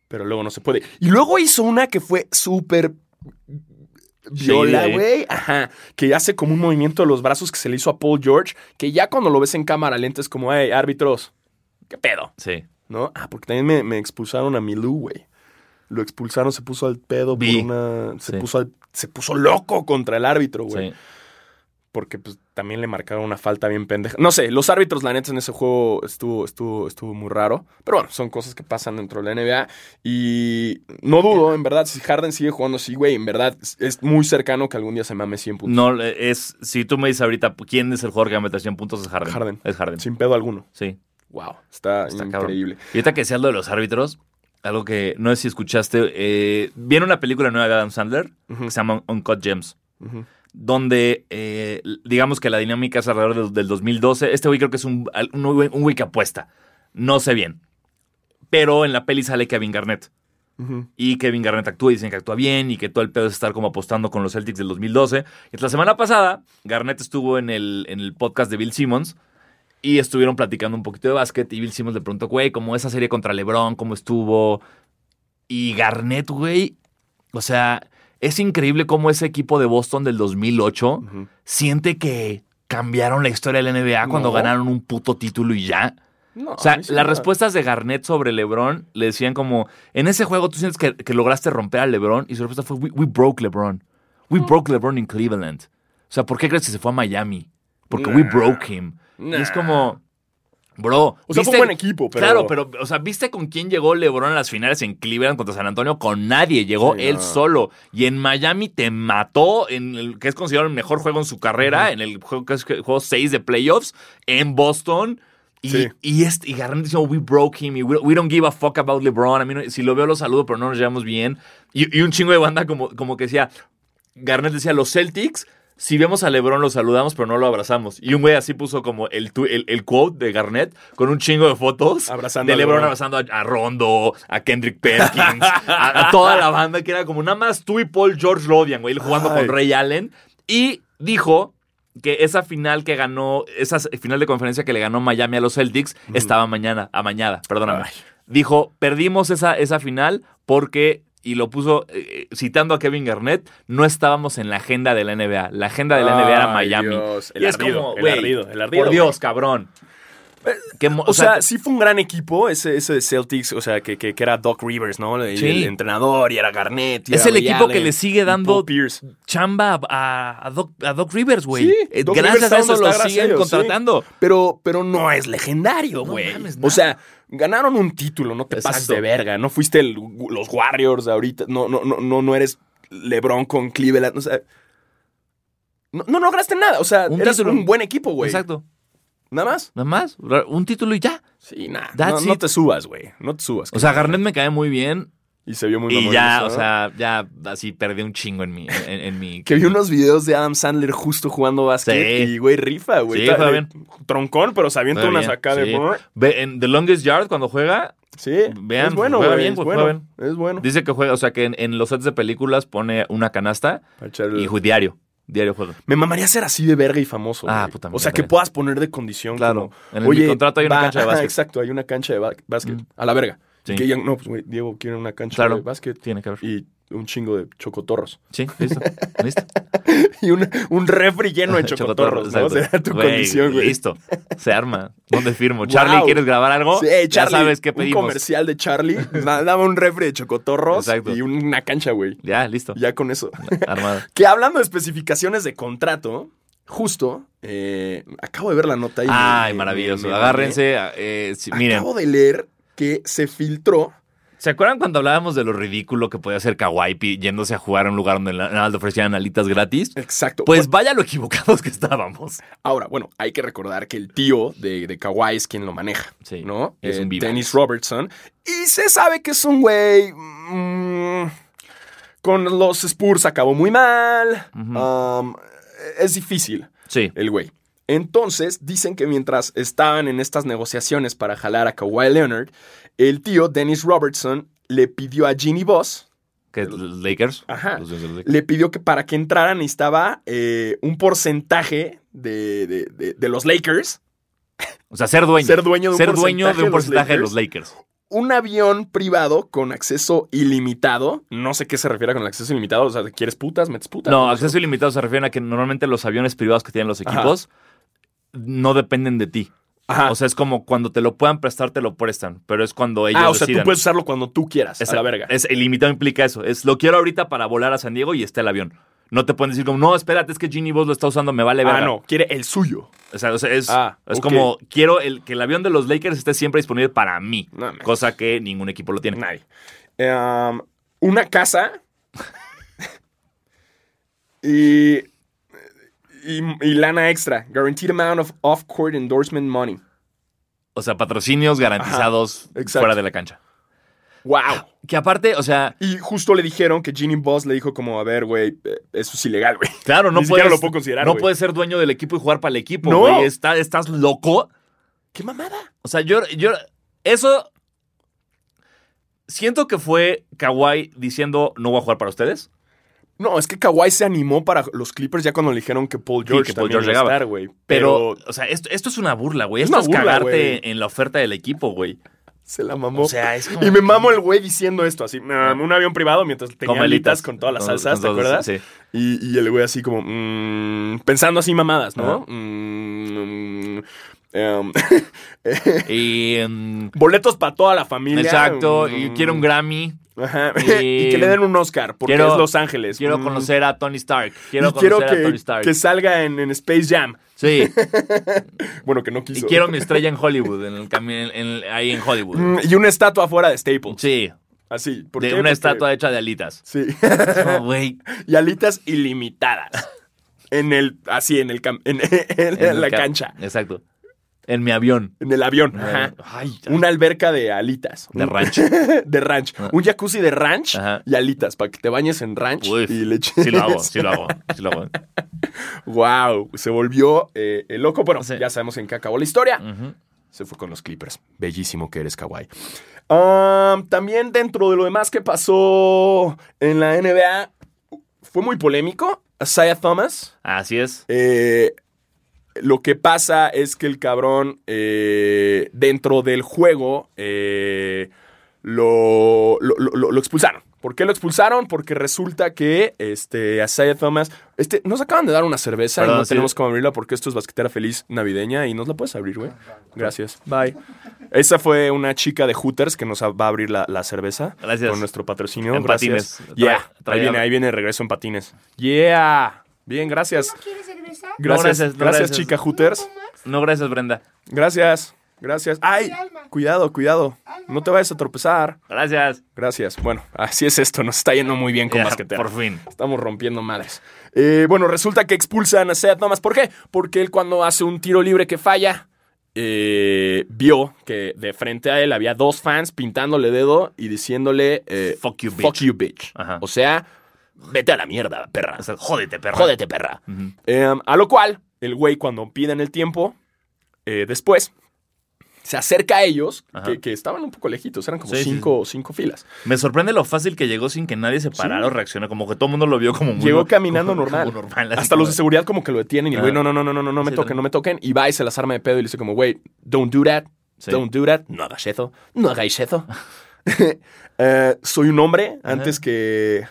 Pero luego no se puede. Y luego hizo una que fue súper viola,
ahí.
güey. Ajá. Que hace como un movimiento de los brazos que se le hizo a Paul George, que ya cuando lo ves en cámara lenta es como, hey, árbitros, ¿qué pedo?
Sí.
¿No? Ah, porque también me, me expulsaron a Milú, güey. Lo expulsaron, se puso al pedo por
Vi.
una. Se
Sí.
puso al- Se puso loco contra el árbitro, güey.
sí.
porque pues, también le marcaron una falta bien pendeja. No sé, los árbitros, la neta, en ese juego estuvo, estuvo, estuvo muy raro. Pero bueno, son cosas que pasan dentro de la NBA. Y no dudo, en verdad, si Harden sigue jugando así, güey, en verdad, es- es muy cercano que algún día se mame 100 puntos.
No, es. Si tú me dices ahorita quién es el jugador que va a meter 100 puntos, es Harden.
Harden.
Es Harden. Sí.
Sin pedo alguno. Wow, está,
Está cabrón.
increíble.
Y ahorita que decías lo de los árbitros, algo que no sé si escuchaste. eh, Viene una película nueva de Adam Sandler
Ujú,
que se llama Uncut Gems.
ujú.
donde eh, digamos que la dinámica es alrededor del, del 2012. Este güey creo que es un, al- un, güey- un güey que apuesta. No sé bien. Pero en la peli sale Kevin Garnett.
Ujú.
Y Kevin Garnett actúa y dicen que actúa bien y que todo el pedo es estar como apostando con los Celtics del 2012. Entonces, la semana pasada, Garnett estuvo en el, en el podcast de Bill Simmons y estuvieron platicando un poquito de básquet. Y Bill Simmons le preguntó, güey, ¿cómo esa serie contra LeBron? ¿Cómo estuvo? Y Garnett, güey, o sea, es increíble cómo ese equipo de Boston del 2008
Ujú.
siente que cambiaron la historia de la NBA cuando
No.
ganaron un puto título y ya.
No,
O sea,
a mí sí me
las
da-
respuestas de Garnett sobre LeBron le decían como, en ese juego tú sientes que, que lograste romper a LeBron y su respuesta fue, we, we broke LeBron. We broke LeBron in Cleveland. O sea, ¿por qué crees que se fue a Miami? Porque we
Nah.
broke him. Y es
Nah.
como, bro.
O sea, fue
¿viste-
un buen equipo, pero.
Claro, pero, o sea, ¿viste con quién llegó LeBron a las finales en Cleveland contra San Antonio? Con nadie, llegó
Sí,
él
no.
solo. Y en Miami te mató en el que es considerado el mejor juego en su carrera, en el juego que es que- juego 6 de playoffs, en Boston. Y,
Sí.
y, este, y Garnett diciendo, we broke him, y we, we don't give a fuck about LeBron. A mí no- si lo veo, lo saludo, pero no nos llevamos bien. Y, y un chingo de banda como, como que decía, Garnett decía, los Celtics, si vemos a LeBron lo saludamos, pero no lo abrazamos. Y un güey así puso como el, tu- el, el quote de Garnett con un chingo de fotos
Abrazando
de
a
LeBron
LeBron.
abrazando a, a Rondo, a Kendrick Perkins, a, a toda la banda que era como nada más tú y Paul George lo odian, güey, él jugando
Ay.
con Ray Allen. Y dijo que esa final que ganó, esa final de conferencia que le ganó Miami a los Celtics estaba mañana, amañada, perdóname.
Ay.
Dijo, perdimos esa, esa final porque, y lo puso eh, citando a Kevin Garnett, no estábamos en la agenda de la NBA. La agenda de la NBA era
Ay,
Miami.
Dios, el
Y es
ardido,
como,
el
güey,
ardido, el ardido, Eh,
Por Dios, cabrón. Qué mo-
O sea, sí fue un gran equipo ese, ese de Celtics, o sea, que, que, que era Doc Rivers, ¿no? Y
Sí.
El entrenador y era Garnett. y
Es
era
el
Ray
equipo que
Allen,
le sigue
y
dando-
Paul Pierce.
chamba a, a Doc, a Doc Rivers, güey.
Sí,
Eh,
Doc
Gracias
Rivers
a
está
eso
donde
lo
está, gracias a
siguen
ellos,
contratando.
Pero, pero no es legendario,
No
güey.
mames, nada.
o sea, ganaron un título, no te
Exacto.
pases de verga. No fuiste el- los Warriors de ahorita. No, no, no, no, no eres LeBron con Cleveland. O sea, no, no lograste nada. O sea,
Un
eras
título.
un buen equipo, güey.
Exacto.
Nada más.
Nada más. Un título y ya.
Sí, nada. No,
That's
no
it.
te subas, güey. No te subas.
O sea, Garnett me cae muy bien.
Y se vio muy
Y
mamón
ya,
eso,
o
¿no?
sea, ya así perdí un chingo en mi. En, en mi
Que vi unos videos de Adam Sandler justo jugando básquet
Sí.
y, güey, rifa, güey.
Sí,
Está-
juega
eh,
bien.
Troncón, pero se avienta
Juega
unas
bien,
acá de...
sí. Ve, en The Longest Yard, cuando juega,
Sí,
Vean,
es bueno,
juega
güey,
bien,
es,
güey,
bueno,
juega
es bueno.
dice que juega, o sea, que en, en los sets de películas pone una canasta
Para echar el-
y ju- diario. Diario juega.
Me mamaría ser así de verga y famoso.
Ah,
güey.
puta, me
O sea, que
encantaría.
puedas poner de condición.
Claro.
como,
En el- mi contrato hay una
va-
cancha de
ajá,
básquet.
Exacto, hay una cancha de ba- básquet.
Mm.
A la verga.
Sí.
Y que digan, no, pues, güey, Diego quiere una cancha
Claro.
de básquet
Tiene que ver.
y un chingo de chocotorros.
Sí, listo. Listo.
y un, un refri lleno de chocotorros, ¿no?
exacto.
Será tu
Güey,
condición, güey.
Listo. Se arma. ¿Dónde firmo? Charlie, ¿quieres grabar algo?
Sí,
ya
Charlie,
sabes qué
Un
pedimos.
comercial de Charlie. da- Dame un refri de chocotorros
Exacto.
y una cancha, güey.
Ya, listo.
Ya con eso.
Armado.
Que hablando de especificaciones de contrato, justo, eh, acabo de ver la nota y me-
Ay,
me-
maravilloso.
me- me-
Agárrense. a- eh, si- miren,
Acabo de leer que se filtró.
¿se acuerdan cuando hablábamos de lo ridículo que podía hacer Kawaii pi- yéndose a jugar a un lugar donde la- nada más le ofrecían alitas gratis?
Exacto.
Pues vaya lo equivocados que estábamos.
Ahora, bueno, hay que recordar que el tío de, de Kawhi es quien lo maneja,
Sí,
¿no? Eh,
es un vivax.
Dennis Robertson. Y se sabe que es un güey... mm, con los Spurs acabó muy mal. um, es difícil.
Sí.
el güey. Entonces, dicen que mientras estaban en estas negociaciones para jalar a Kawhi Leonard, el tío Dennis Robertson le pidió a Ginny Boss,
Que los Lakers.
Ajá.
Los- los- los Lakers.
le pidió que para que entrara necesitaba eh, un porcentaje de, de- de- de los Lakers,
O sea, ser dueño.
Ser dueño de un
Ser dueño
porcentaje
de un
de los
porcentaje de los Lakers.
un avión privado con acceso ilimitado. No sé qué se refiere con el acceso ilimitado, o sea, ¿quieres putas? ¿Metes putas?
No, acceso ilimitado se refiere a que normalmente los aviones privados que tienen los
Ajá.
equipos no dependen de ti.
Ajá.
O sea, es como cuando te lo puedan prestar, te lo prestan. Pero es cuando ellos
ah, o sea,
decidan.
tú puedes usarlo cuando tú quieras,
Es
a la verga.
Es, el limitado implica eso. Es lo quiero ahorita para volar a San Diego y está el avión. No te pueden decir como, no, espérate, es que Ginny Bus lo está usando, me vale verga.
Ah, no, quiere el suyo.
O sea, o sea, es,
Ah,
es
ok.
como, quiero el, que el avión de los Lakers esté siempre disponible para mí.
No, man.
cosa que ningún equipo lo tiene.
Nadie. Em, una casa. y, y. y lana extra. Guaranteed amount of off-court endorsement money.
O sea, patrocinios garantizados
exacto.
fuera de la cancha.
¡Wow!
Que aparte, o sea,
Y justo le dijeron que Ginny Boss le dijo como, a ver, güey, eh, eso es ilegal, güey.
claro, no
Ni siquiera
puedes.
lo puedo considerar,
no
güey.
puedes ser dueño del equipo y jugar para el equipo,
No.
güey. Está- estás loco.
¡Qué mamada!
O sea, yo, yo. Eso. Siento que fue Kawhi diciendo no voy a jugar para ustedes.
No, es que Kawhi se animó para los Clippers ya cuando le dijeron que Paul George
que Paul
también iba a
George llegaba.
estar, güey.
Pero,
Pero,
o sea, esto, esto es una burla, güey.
Es
Esto
una
es
burla,
cagarte
güey.
en la oferta del equipo, güey.
se la mamó.
O sea, es como.
y me mamo el güey diciendo esto, así, "Mm, un avión privado mientras tenía alitas con todas las
Con-
salsas,
con
¿te acuerdas?
todas- Sí.
Y, y el güey así como, mm, pensando así mamadas, ¿no?
Ajá.
Mm, mm, em,
Y. mm,
boletos para toda la familia.
exacto.
Mm,
Y quiero un Grammy.
Ajá.
y-
Y, que le den un Oscar, porque
quiero-
es Los Ángeles.
Quiero
Mm.
conocer a Tony Stark. Quiero
Y
conocer
quiero
a Tony
que,
Stark.
que salga en, en Space Jam.
Sí.
Bueno, que no
Y
quiso.
quiero mi estrella en Hollywood, en el cami- en- en- ahí en Hollywood.
Mm, y una estatua afuera de Staples.
Sí.
Así. ¿por
De
qué?
una
Porque-
estatua hecha de alitas.
Sí.
Es como, Güey,
y alitas ilimitadas. En el, así, en el cam- en, en
En
la
el ca-
cancha.
Exacto. En mi avión.
En el avión. Ajá.
Ay,
Una alberca de alitas.
de rancho.
de ranch. Un jacuzzi de ranch
Ajá.
y alitas para que te bañes en ranch
Uf,
y le eches.
Sí lo hago, sí lo hago, sí lo hago.
Wow, se volvió eh, el loco. Bueno,
Sí.
ya sabemos en qué acabó la historia.
Ujú.
Se fue con los Clippers. Bellísimo que eres, Kawhi. Am, también dentro de lo demás que pasó en la NBA, fue muy polémico. Isaiah Thomas.
Así es.
Eh, lo que pasa es que el cabrón eh, dentro del juego eh, lo, lo- lo- lo expulsaron. ¿Por qué lo expulsaron? Porque resulta que este, Isaiah Thomas... Este, nos acaban de dar una cerveza y
Perdón,
no
sí.
tenemos cómo abrirla porque esto es Basquetera Feliz Navideña y nos la puedes abrir, güey. Gracias. Ah, Bye. Esa fue una chica de Hooters que nos va a abrir la, la cerveza.
Gracias.
Con nuestro patrocinio.
En
Gracias.
patines.
Yeah.
Tra- traía-
ahí, viene, ahí viene el regreso en patines. Yeah. Bien, gracias.
¿Quieres regresar?
Gracias,
gracias,
gracias,
no, gracias.
chica Hooters.
Max?
No, gracias, Brenda.
Gracias, gracias. Ay, cuidado, cuidado. No te vayas a tropezar.
Gracias.
Gracias. Bueno, así es esto. Nos está yendo muy bien con
Ya,
basquetera.
por fin.
Estamos rompiendo madres. Eh, bueno, resulta que expulsan a Seth Thomas. ¿Por qué? Porque él cuando hace un tiro libre que falla, eh, vio que de frente a él había dos fans pintándole dedo y diciéndole eh,
Fuck you, bitch.
Fuck you, bitch.
Ajá.
O sea, vete a la mierda, perra.
O sea, jódete, perra.
Jódete, perra.
Ujú.
Eh, a lo cual, el güey, cuando piden el tiempo, eh, después, se acerca a ellos,
Ajá.
que, que estaban un poco lejitos, eran como
Sí, sí,
cinco, cinco filas.
Me sorprende lo fácil que llegó sin que nadie se parara o reaccionara. Como que todo el mundo lo vio como muy
Llegó
no-
caminando
como-
normal.
como normal, así
Hasta
como-
los de seguridad como que lo detienen y el güey,
Ajá.
no, no, no, no, no, no me
Sí,
toquen, no me toquen. Y va y se las arma de pedo y le dice como, güey, don't do that,
Sí.
don't do that, no hagas eso, no hagáis eso. Eh, soy un hombre antes que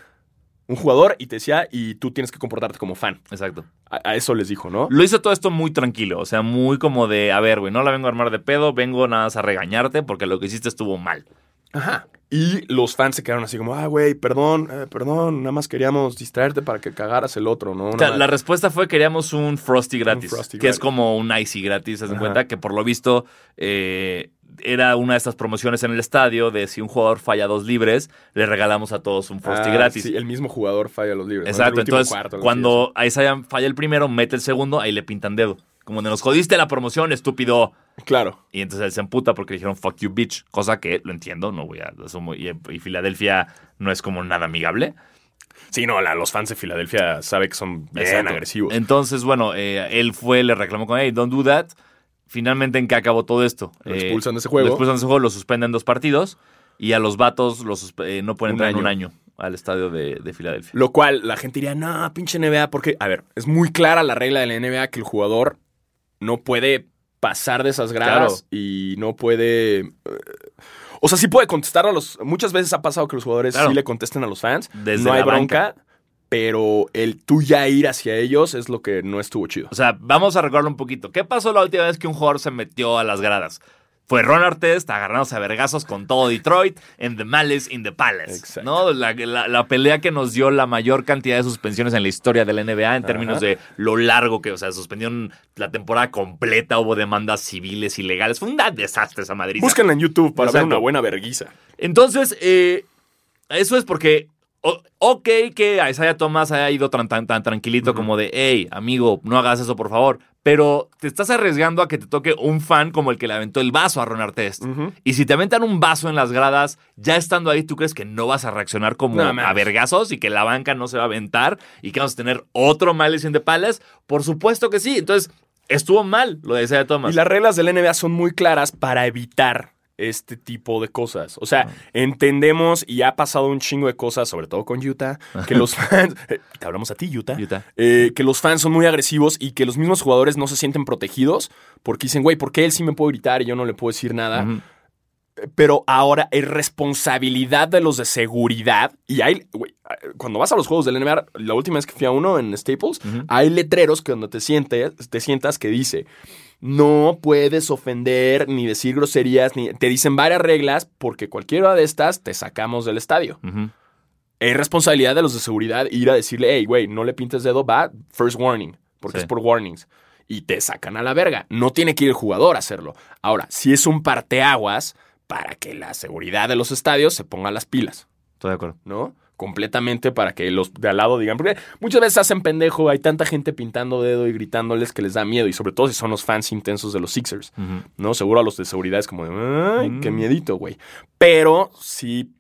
un jugador y te decía, y tú tienes que comportarte como fan.
Exacto.
A, a eso les dijo, ¿no?
Lo hizo todo esto muy tranquilo. O sea, muy como de, a ver, güey, no la vengo a armar de pedo, vengo nada más a regañarte porque lo que hiciste estuvo mal.
Ajá. Y los fans se quedaron así como, ah, güey, perdón, eh, perdón, nada más queríamos distraerte para que cagaras el otro, ¿no?
O sea,
Nada
la
más".
respuesta fue queríamos un Frosty gratis,
Frosty
que es
gratis.
como un Icy gratis, haz de
Ajá.
cuenta que por lo visto eh, era una de estas promociones en el estadio de si un jugador falla dos libres, le regalamos a todos un Frosty
Ah,
gratis.
Sí, el mismo jugador falla los libres. ¿no? En el
Exacto,
último
entonces
cuarto, algo
cuando a Isaiah falla el primero, mete el segundo, ahí le pintan dedo. Como de nos jodiste la promoción, estúpido.
así. Claro.
Y entonces él se emputa porque le dijeron fuck you bitch, cosa que lo entiendo, no voy a asumo- y, y Filadelfia no es como nada amigable.
Sí, no, la- los fans de Filadelfia saben que son bien
Exacto.
agresivos.
Entonces, bueno, eh, él fue, le reclamó con, hey, don't do that. Finalmente, ¿en qué acabó todo esto?
Lo
Eh,
expulsan de ese juego.
Lo expulsan de ese juego, lo suspenden dos partidos y a los vatos los, suspe- eh, no pueden
Un
entrar en
año.
un año al estadio de, de Filadelfia.
Lo cual la gente diría, no, pinche NBA, porque, a ver, es muy clara la regla de la NBA que el jugador no puede pasar de esas gradas
Claro.
y no puede... eh, o sea, sí puede contestar a los... Muchas veces ha pasado que los jugadores
Claro.
sí le contesten a los fans.
Desde
no hay
la banca.
bronca, pero el tú ya ir hacia ellos es lo que no estuvo chido.
O sea, vamos a recordarlo un poquito. ¿Qué pasó la última vez que un jugador se metió a las gradas? Fue Ron Artest agarrándose a vergazos con todo Detroit en The Malice in the Palace.
Exacto.
¿no? La, la- la pelea que nos dio la mayor cantidad de suspensiones en la historia de la NBA en términos de lo largo que, o sea, suspendieron la temporada completa, hubo demandas civiles y legales. Fue un desastre esa Madrid.
Búsquenla en YouTube para ver
Exacto.
una buena verguiza.
Entonces, eh, eso es porque. o- ok, que a Isaiah Thomas haya ido tan, tan, tan tranquilito como de, hey, amigo, no hagas eso, por favor. Pero te estás arriesgando a que te toque un fan como el que le aventó el vaso a Ron Artest.
Mm.
Y si te aventan un vaso en las gradas, ya estando ahí, ¿tú crees que no vas a reaccionar como
No, mames.
a vergazos y que la banca no se va a aventar y que vamos a tener otro Malice in the Palace? Por supuesto que sí. Entonces, estuvo mal lo de Isaiah Thomas.
Y las reglas del NBA son muy claras para evitar este tipo de cosas. O sea, entendemos y ha pasado un chingo de cosas, sobre todo con Utah, que los fans... eh, Te hablamos a ti, Utah.
Utah.
Eh, que los fans son muy agresivos y que los mismos jugadores no se sienten protegidos porque dicen, güey, ¿por qué él sí me puede gritar y yo no le puedo decir nada?
Ujú.
Pero ahora es responsabilidad de los de seguridad. Y hay, güey, cuando vas a los juegos del NBA, la última vez que fui a uno en Staples,
Ujú.
hay letreros que donde te, sientes, te sientas que dice, no puedes ofender ni decir groserías, ni te dicen varias reglas porque cualquiera de estas te sacamos del estadio.
Ujú.
Es responsabilidad de los de seguridad ir a decirle, hey, güey, no le pintes dedo, va, first warning, porque
Sí.
es por warnings. Y te sacan a la verga. No tiene que ir el jugador a hacerlo. Ahora, si es un parteaguas para que la seguridad de los estadios se ponga las pilas,
Estoy de acuerdo.
¿no? Completamente para que los de al lado digan, porque muchas veces hacen pendejo, hay tanta gente pintando dedo y gritándoles que les da miedo, y sobre todo si son los fans intensos de los Sixers.
Ujú.
¿no? Seguro a los de seguridad es como de, ay,
Mm.
qué miedito, güey. Pero sí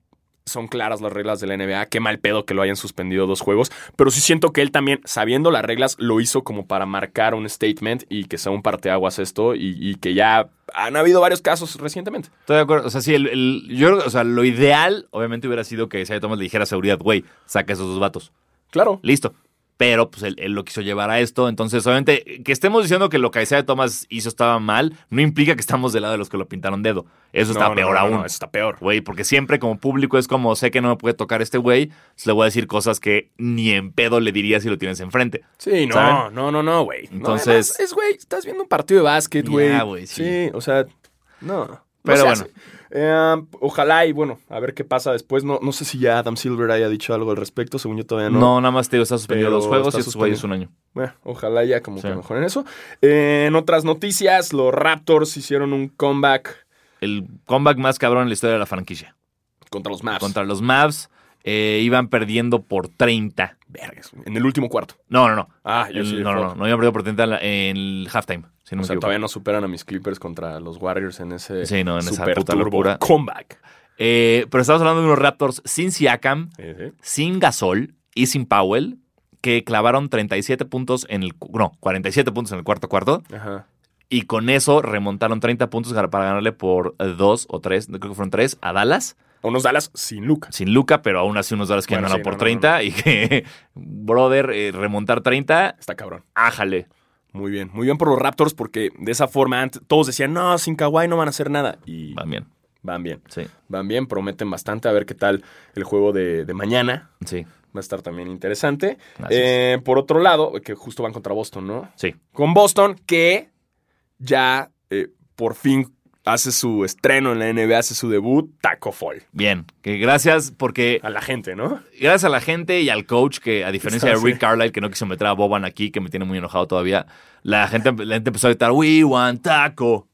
son claras las reglas de la NBA. Qué mal pedo que lo hayan suspendido dos juegos. Pero sí siento que él también, sabiendo las reglas, lo hizo como para marcar un statement y que sea un parteaguas esto y, y que ya han habido varios casos recientemente.
Estoy de acuerdo. O sea, sí, el, el- yo creo que, o sea, lo ideal, obviamente, hubiera sido que Isaiah Thomas le dijera a seguridad, güey, saca esos dos vatos.
Claro.
Listo. Pero pues él, él lo quiso llevar a esto. Entonces, obviamente, que estemos diciendo que lo que Isaiah Thomas hizo estaba mal, no implica que estamos del lado de los que lo pintaron dedo. Eso
No,
está
no,
peor
no,
aún.
no, eso está peor.
Güey, porque siempre como público es como, sé que no me puede tocar este güey, pues, le voy a decir cosas que ni en pedo le diría si lo tienes enfrente.
Sí, no,
¿Saben?
no, no, no, güey. No,
Entonces-
además, es, güey, estás viendo un partido de básquet,
Ya,
güey.
güey, sí.
o sea, no.
Pero
se
bueno.
hace. Eh, ojalá y bueno, a ver qué pasa después. No, no sé si ya Adam Silver haya dicho algo al respecto, según yo todavía
No,
no.
nada más te digo, está suspendido
Pero
los juegos
está
y estos güeyes un año.
Bueno, ojalá ya como
Sí.
que mejoren eso. Eh, en otras noticias, los Raptors hicieron un comeback
El comeback más cabrón en la historia de la franquicia.
contra los Mavs.
contra los Mavs. eh, iban perdiendo por 30.
Vergas, en el último cuarto.
No, no, no.
Ah, yo
El-
sí.
no, no, no, no iban perdiendo por 30 en la- en el halftime. Si
O
no me
sea,
equivoco.
todavía no superan a mis Clippers contra los Warriors en ese
Sí, no, en esa
super
puta
turbo
locura.
comeback.
Eh, pero estamos hablando de unos Raptors sin Siakam,
Sí, sí.
sin Gasol y sin Powell, que clavaron 37 puntos en el. cu- No, 47 puntos en el cuarto cuarto.
Ajá.
Y con eso remontaron 30 puntos para para ganarle por 2 o 3, creo que fueron 3, a Dallas.
Unos Dallas sin Luca.
sin Luca, pero aún así unos Dallas que
Bueno,
ganaron
sí,
por
no, no,
30. Y que, brother, eh, remontar 30,
Está cabrón.
ájale.
Muy bien, muy bien por los Raptors porque de esa forma antes todos decían, no, sin Kawhi no van a hacer nada. Y
También,
van bien,
sí.
van bien, prometen bastante. A ver qué tal el juego de, de mañana.
Sí,
Va a estar también interesante.
Así es.
Eh, por otro lado, que justo van contra Boston, ¿no?
sí.
Con Boston que ya eh, por fin hace su estreno en la NBA, hace su debut, Taco Fall.
Bien. Que gracias porque
A la gente, ¿no?
gracias a la gente y al coach que a diferencia de
Está,
Rick
sí.
Carlisle que no quiso meter a Boban aquí, que me tiene muy enojado todavía, la gente, la gente empezó a gritar "We want taco".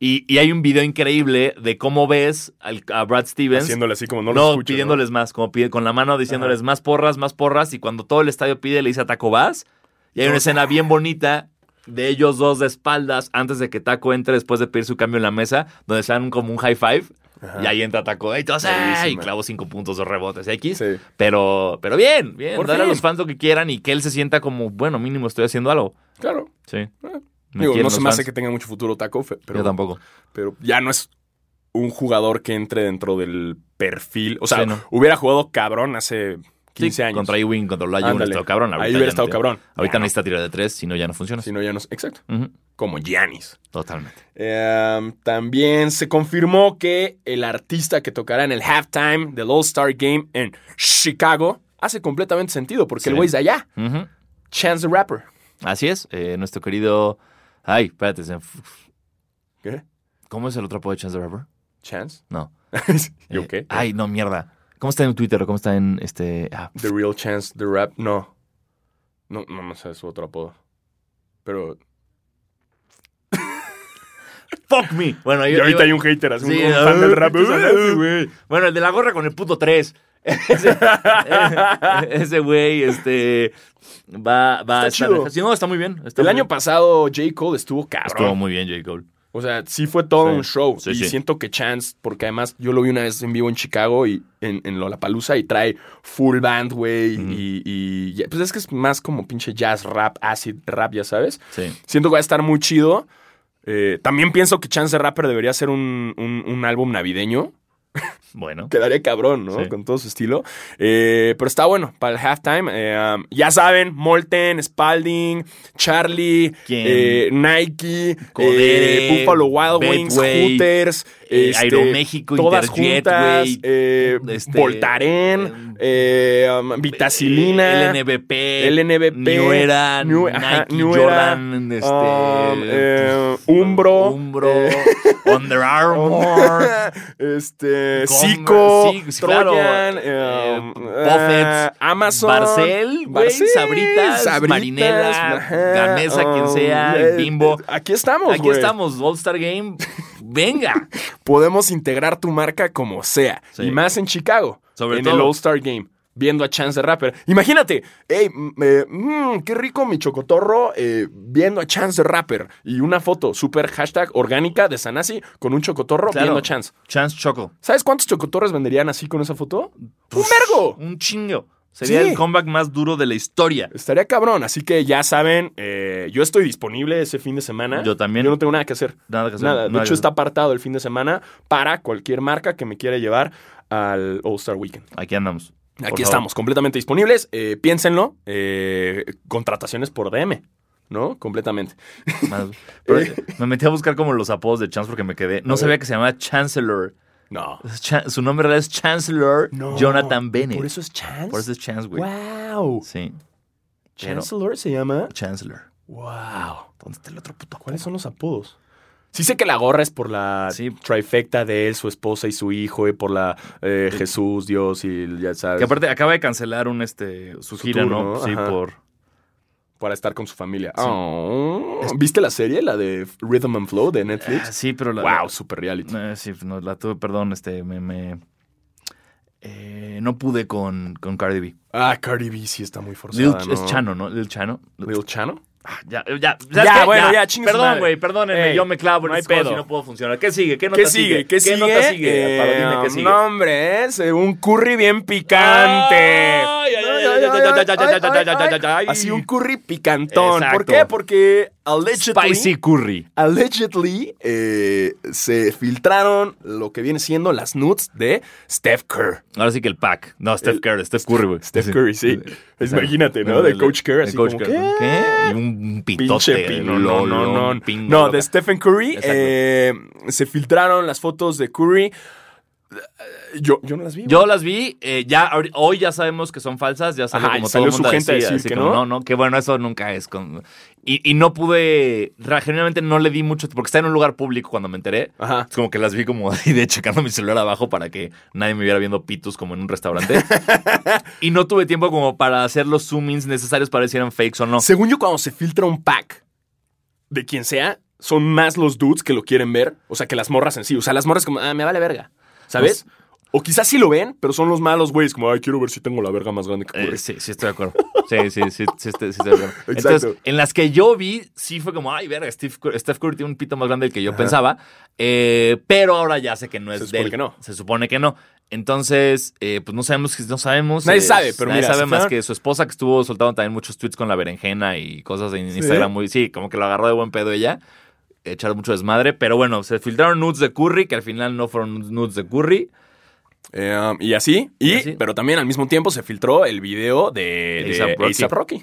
Y, y hay un video increíble de cómo ves al- a Brad Stevens
Haciéndole así como no
no,
lo escucho. ¿no?
pidiéndoles más, como pide- con la mano diciéndoles más porras, más porras, y cuando todo el estadio pide, le dice a Taco Vas. Y hay una
No.
escena bien bonita de ellos dos de espaldas antes de que Taco entre después de pedir su cambio en la mesa, donde se dan como un high five.
Ajá.
Y ahí entra Taco, ¡Ey, todos, ¡ay! y
Buenísima.
clavo cinco puntos o rebotes y aquí.
Sí.
Pero, pero bien, bien.
Por
Dale a
fin.
los fans lo que quieran y que él se sienta como, bueno, mínimo estoy haciendo algo.
Claro.
Sí.
Ah.
Me
Digo,
quieren
no
los
se me hace
fans.
que tenga mucho futuro Taco, fe- pero
Yo tampoco.
pero ya no es un jugador que entre dentro del perfil. O sea,
Sí, no.
hubiera jugado cabrón hace 15
Sí,
años.
Contra Ewing, contra Olaya, hubiera
Ándale.
estado cabrón.
Ahí
Ahorita ya
hubiera
no
estado
te-
cabrón.
Ahorita
Ya no.
necesita tirar de tres, si no, ya no funciona.
Si no, ya no. Exacto.
Ujú,
Como Giannis.
Totalmente.
Eh, también se confirmó que el artista que tocará en el halftime del All-Star Game en Chicago hace completamente sentido porque
Sí.
el güey es de allá.
Ujú.
Chance the Rapper.
Así es, eh, nuestro querido. Ay, espérate, se me fu-
¿Qué?
¿Cómo es el otro apodo de Chance the Rapper?
Chance.
No.
¿Yo
Eh,
qué?
Ay, no, mierda. ¿Cómo está en Twitter? ¿Cómo está en este...? ah,
The Real Chance, The Rap. No. No, no, no sé su otro apodo. Pero.
¡Fuck me! Bueno,
Y
yo-
ahorita
yo-
hay un hater, así, un-
Sí,
un fan del rap. Uh,
pinches alertas, güey. Bueno, el de la gorra con el puto 3. Ese e-, ese güey, este. Va, va
Está
a estar.
chido.
Sí, no, está muy bien. está
El
muy
año
bien.
pasado J. Cole estuvo
Estuvo
cabrón.
muy bien, J. Cole.
O sea, sí fue todo
Sí.
un show.
Sí,
y
sí.
siento que Chance, porque además yo lo vi una vez en vivo en Chicago y en, en Lollapalooza y trae full band, güey.
Ujú.
Y, y- y- Pues es que es más como pinche jazz, rap, acid, rap, ya sabes.
Sí.
Siento que va a estar muy chido. Eh, también pienso que Chance the Rapper debería ser un, un- un álbum navideño.
Bueno.
Quedaría cabrón, ¿no?
Sí.
Con todo su estilo. Eh, pero está bueno para el halftime. Eh, um, ya saben, Molten, Spalding, Charlie,
¿Quién?
eh, Nike,
Codere,
eh, Buffalo Wild
Betway,
Wings, Hooters,
eh,
este,
Aeroméxico,
todas
Interjet,
juntas,
güey,
eh,
este, em,
Voltaren, eh, um,
eh,
Vitacilina,
LNBP.
LNBP,
New Era.
New-
Nike,
ajá, New Era,
Jordan. este,
um, eh, Umbro,
Umbro.
eh,
Under Armour.
este,
Com-
Zico,
sí, sí, claro.
Trojan,
Eh,
em,
Buffets,
eh, Amazon,
Barcel, güey,
Barcel,
Sabritas, Marinela, Gamesa, quien sea,
eh,
Bimbo.
Aquí estamos,
Aquí
güey.
estamos, All Star Game. Venga.
Podemos integrar tu marca como sea.
Sí.
Y más en Chicago,
Sobre
en
todo.
el All-Star Game. Viendo a Chance the Rapper. Imagínate, hey, mm, eh, mm, qué rico mi chocotorro eh, viendo a Chance the Rapper. Y una foto super hashtag orgánica de Sanasi con un chocotorro
Claro.
viendo a Chance.
Chance Choco.
¿Sabes cuántos chocotorros venderían así con esa foto?
Pues,
¡Un vergo!
Un chingo. Sería
Sí.
el comeback más duro de la historia.
Estaría cabrón, así que ya saben, eh, yo estoy disponible ese fin de semana.
Yo también.
Yo no tengo nada que hacer.
Nada que hacer.
Nada, de
que
hecho
hacer.
está apartado el fin de semana para cualquier marca que me quiera llevar al All Star Weekend.
Aquí andamos. Por
Aquí
favor.
estamos, completamente disponibles. Eh, piénsenlo, eh, contrataciones por DM, ¿no? Completamente.
Más- pero, me metí a buscar como los apodos de Chance porque me quedé.
Eh.
No
A
sabía
ver.
que se llamaba Chancellor.
No.
Cha- su nombre real es Chancellor
No,
Jonathan Bennett.
Por eso es Chance.
Por eso es Chance, güey.
Wow.
Sí. Pero-
Chancellor se llama.
Chancellor.
Wow.
¿Dónde está el otro puto
¿Cuáles son los apodos? Sí sé que la gorra es por la
Sí.
trifecta de él, su esposa y su hijo, y por la eh, Jesús, Dios y el- ya sabes,
Que aparte acaba de cancelar un este su,
Su
gira,
tour,
¿no?
¿no?
Sí,
Ajá.
por.
para estar con su familia.
Sí.
Oh. ¿Viste la serie, la de Rhythm and Flow de
Ah,
Netflix?
sí, pero la.
wow, super reality.
Eh, sí, no, la tuve, perdón, este, me. me- eh, no pude con, con Cardi B.
Ah, Cardi B sí está muy
Lil
forzada,
Ch-
¿no?
Es Chano, ¿no? Lil Chano.
Lil Chano.
Ah, Ya, ya, ¿sabes
Ya,
qué?
bueno, ya, chingue su
Perdón,
madre.
güey, perdónenme,
Ey,
yo me clavo en
no hay
el pedo
pedo.
y no puedo funcionar. ¿Qué sigue? ¿Qué nota
¿Qué sigue? ¿Qué sigue?
nota sigue?
Eh,
Aparo, dime qué sigue.
No, hombre, es eh, un curry bien picante.
Ay, ay, ay, ay, ay, ay, ay, ay, ay, ay, ay, ay.
Así un curry picantón.
Exacto.
¿Por qué? Porque allegedly...
Spicy Curry.
allegedly eh, se filtraron lo que viene siendo las nudes de Steph Curry.
Ahora sí que el pack. No, Steph
El-
Curry, Steph Curry, güey.
Steph Curry, sí. Pues Imagínate, ¿no?
Bueno,
De
el-
Coach Kerr,
de
así
Coach
como,
Kerr.
¿qué?
Y un pitote.
Pinche pino, no, no, no.
un pingo,
No,
loca.
de Stephen Curry
Exacto.
eh, se filtraron las fotos de Curry. Yo, yo no las vi. güey.
Yo las vi, eh, ya ahori- hoy ya sabemos que son falsas, ya salió
Ajá,
como
y salió
todo el mundo
su gente a
decía,
decir
así
que
como, no,
no.
no, que bueno, eso nunca es con- y, y no pude, ra- generalmente no le di mucho, porque está en un lugar público cuando me enteré,
Ajá.
es como que las vi como ahí de checando mi celular abajo para que nadie me viera viendo pitos como en un restaurante, y no tuve tiempo como para hacer los zoom-ins necesarios para ver si eran fakes o no.
Según yo, cuando se filtra un pack de quien sea, son más los dudes que lo quieren ver. O sea, que las morras en sí. O sea, las morras como, ah, me vale verga. ¿Sabes?
Pues
o quizás sí lo ven, pero son los malos güeyes, como, ay, quiero ver si tengo la verga más grande que
Eh,
Curry.
sí, sí estoy de acuerdo. Sí, sí, sí, sí, sí estoy, sí estoy de acuerdo. Entonces,
Exacto.
en las que yo vi, sí fue como, ay, verga, Steve Cur- Steph Curry tiene un pito más grande del que yo pensaba, eh, pero ahora ya sé que no es
Se
de
supone
él.
que no.
Se supone que no. Entonces, eh, pues no sabemos, si- no sabemos.
Nadie
eh,
sabe, pero
nadie
mira,
sabe
se
más
fueron-
que su esposa que estuvo soltando también muchos tweets con la berenjena y cosas en Instagram muy, sí, como que lo agarró de buen pedo ella. Echaron mucho desmadre, pero bueno, se filtraron nudes de Curry, que al final no fueron nudes de Curry.
Eh, um, y así, y,
Y así.
pero también al mismo tiempo se filtró el video de de
A$AP Rocky.
A$AP Rocky.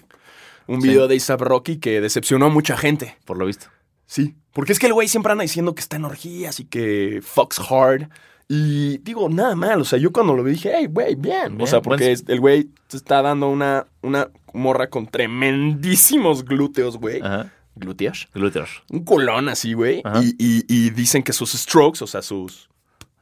Un
Sí.
video de A$AP Rocky que decepcionó a mucha gente.
Por lo visto.
Sí. Porque es que el güey siempre anda diciendo que está en orgías y que fucks hard. Y digo, nada mal. O sea, yo cuando lo vi dije, hey, güey, bien.
Bien,
O sea, porque
buen-
es- el güey se está dando una, una morra con tremendísimos glúteos, güey.
Ajá.
glúteos,
Glúteos.
un colón así, güey.
Ah. Ajá.
Y, y- y dicen que sus strokes, o sea, sus,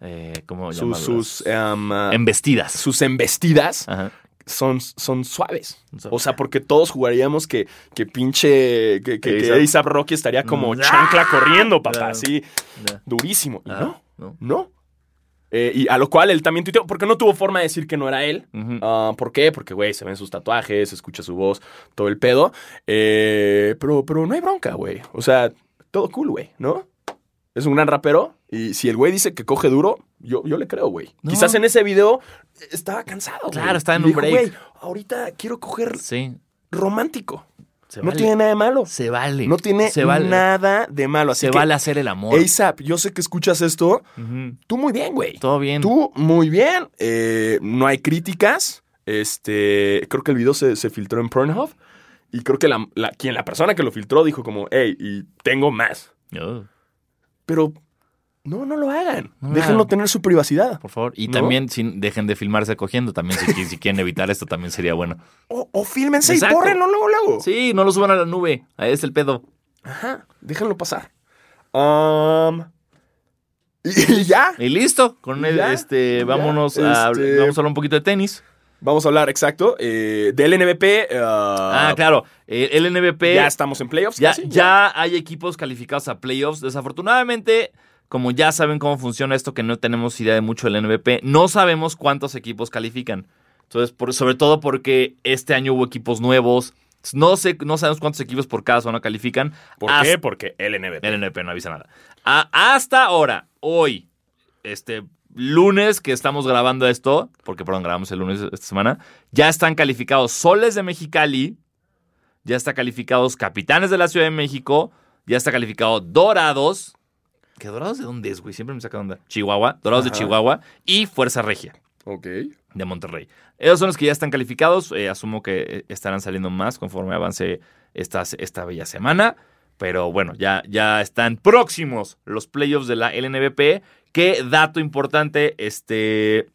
Eh, ¿Cómo
sus,
llamarlos?
sus, em, ah,
Embestidas.
sus embestidas
Ajá.
son, son suaves.
Ah. Son-
O sea, porque todos jugaríamos que, que pinche. que, que, que
A$AP.
A$AP Rocky estaría como
Mm.
chancla corriendo, papá,
Claro.
así,
Ya.
durísimo. Y
Ah,
no,
no.
no. Eh, y a lo cual él también tuiteó, porque no tuvo forma de decir que no era él.
Ujú.
Ah, ¿Por qué? Porque, güey, se ven sus tatuajes, se escucha su voz, todo el pedo. Eh, pero, pero no hay bronca, güey. O sea, todo cool, güey, ¿no? Es un gran rapero y si el güey dice que coge duro, yo, yo le creo, güey.
No.
Quizás en ese video estaba cansado, güey.
Claro, estaba en
Y
un
dijo,
break.
Güey, ahorita quiero coger
Sí.
romántico.
Se
no
vale.
tiene nada de malo.
Se vale.
No tiene
se vale.
nada de malo. Así
Se
que,
vale hacer el amor.
ASAP, yo sé que escuchas esto.
Ujú.
Tú muy bien, güey.
Todo bien.
Tú, muy bien. Eh, no hay críticas. Este, creo que el video se, se filtró en Pornhub. Y creo que la, la- quien, la persona que lo filtró dijo como, hey, y tengo más.
Oh,
Pero no, no lo hagan.
No lo
Déjenlo
hagan.
tener su privacidad.
por favor. Y
¿No?
también sin- dejen de filmarse cogiendo. También si, qui- si quieren evitar esto también sería bueno.
O, o fílmense y
Exacto.
bórrenlo luego, luego.
Sí, no lo suban a la nube. Ahí es el pedo.
Ajá, déjenlo pasar. Am, y, y ya,
Y listo. Con el-
Ya,
este,
ya,
vámonos a,
este-
vamos a hablar un poquito de tenis.
vamos a hablar, exacto, eh, del NBP.
Ah,
ah,
claro. eh, El NBP.
Ya estamos en playoffs
Ya,
casi.
ya hay equipos calificados a playoffs. Desafortunadamente, como ya saben cómo funciona esto, que no tenemos idea de mucho del NBP, no sabemos cuántos equipos califican. Entonces, por- sobre todo porque este año hubo equipos nuevos. No, sé, no sabemos cuántos equipos por cada zona califican.
¿Por
Hasta-
qué? Porque el NBP.
El NBP no avisa nada. A- hasta ahora, hoy, este lunes que estamos grabando esto, porque perdón, grabamos el lunes esta semana, ya están calificados Soles de Mexicali, ya está calificados Capitanes de la Ciudad de México, ya está calificado Dorados. ¿Qué Dorados de dónde es, güey? Siempre me saca de onda. Chihuahua, Dorados de
Ajá.
Chihuahua y Fuerza Regia
Ok.
de Monterrey. Ellos son los que ya están calificados. eh, asumo que eh, estarán saliendo más conforme avance esta, esta bella semana. Pero bueno, ya, ya están próximos los playoffs de la LNBP. Qué dato importante, este...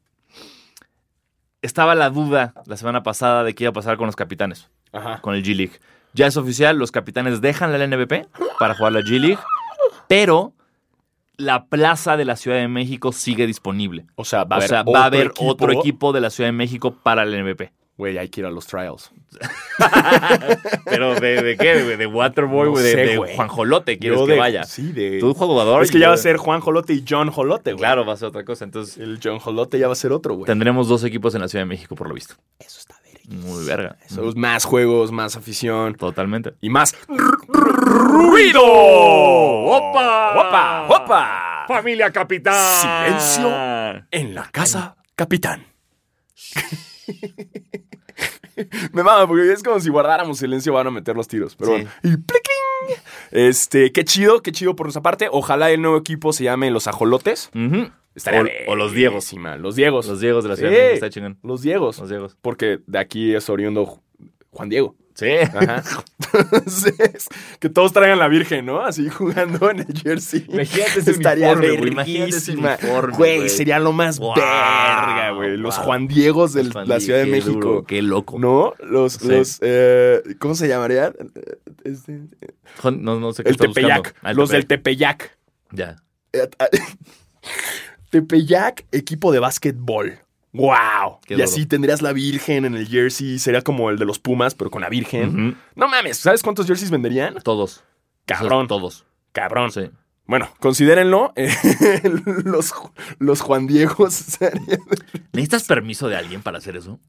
Estaba la duda la semana pasada de qué iba a pasar con los capitanes,
Ajá.
con el G-League. Ya es oficial, los capitanes dejan la LNBP para jugar la G-League, pero la plaza de la Ciudad de México sigue disponible
O sea, va a
o
haber,
sea,
otro,
va a haber
equipo.
otro equipo de la Ciudad de México para el NBP.
Güey, hay que ir a los trials.
Pero de, de qué, güey? de Waterboy,
No
güey,
sé,
de, de
güey.
Juan Jolote, quieres
Yo
que
de-
vaya.
Sí, de.
Tú jugador.
es
y
que ya
yo-
va a ser Juan Jolote y John Jolote, güey.
Claro, va a ser otra cosa. Entonces,
El John Jolote ya va a ser otro, güey.
tendremos dos equipos en la Ciudad de México, por lo visto.
Eso está verga.
Muy verga. Mm,
Eso es más juegos, más afición
Totalmente.
y más ruido.
¡Opa!
¡Opa! ¡Opa!
¡Familia Capitán!
Silencio. En la casa, capitán. Me mama, porque es como si guardáramos silencio van a meter los tiros. Pero
Sí.
bueno. Y pliquín. Este, qué chido, qué chido por nuestra parte. Ojalá el nuevo equipo se llame Los Ajolotes.
Ujú. O- o, los Diegos.
verguísima. Los Diegos.
Los Diegos de la Ciudad
Sí.
de México. Está chingón.
Los Diegos.
Los Diegos.
Porque de aquí es oriundo Ju- Juan Diego.
Sí.
Ajá. Entonces, que todos traigan la Virgen, ¿no? Así jugando en el jersey.
Imagínate ese uniforme, güey. Imagínate ese
verguísima.
uniforme,
Güey,
güey.
sería lo más
Wow,
verga, güey. Los
wow.
Juan Diegos de la Ciudad de
Qué
México.
duro, qué loco.
¿No? Los,
Sí.
los eh, ¿cómo se llamaría? Eh, este,
No, no sé qué
el
está buscando.
Tepeyac.
Ah, el
los del
Tepeyac.
Tepeyac.
Ya.
Eh, ah, Tepeyac, equipo de básquetbol. ¡Wow!
Qué
y
duro.
así tendrías la Virgen en el jersey. Sería como el de los Pumas, pero con la Virgen.
Ujú.
No mames, ¿sabes cuántos jerseys venderían?
Todos.
Cabrón,
Todos.
cabrón.
Sí.
Bueno, considérenlo. eh, los, los Juan Diegos serían
¿Necesitas permiso de alguien para hacer eso?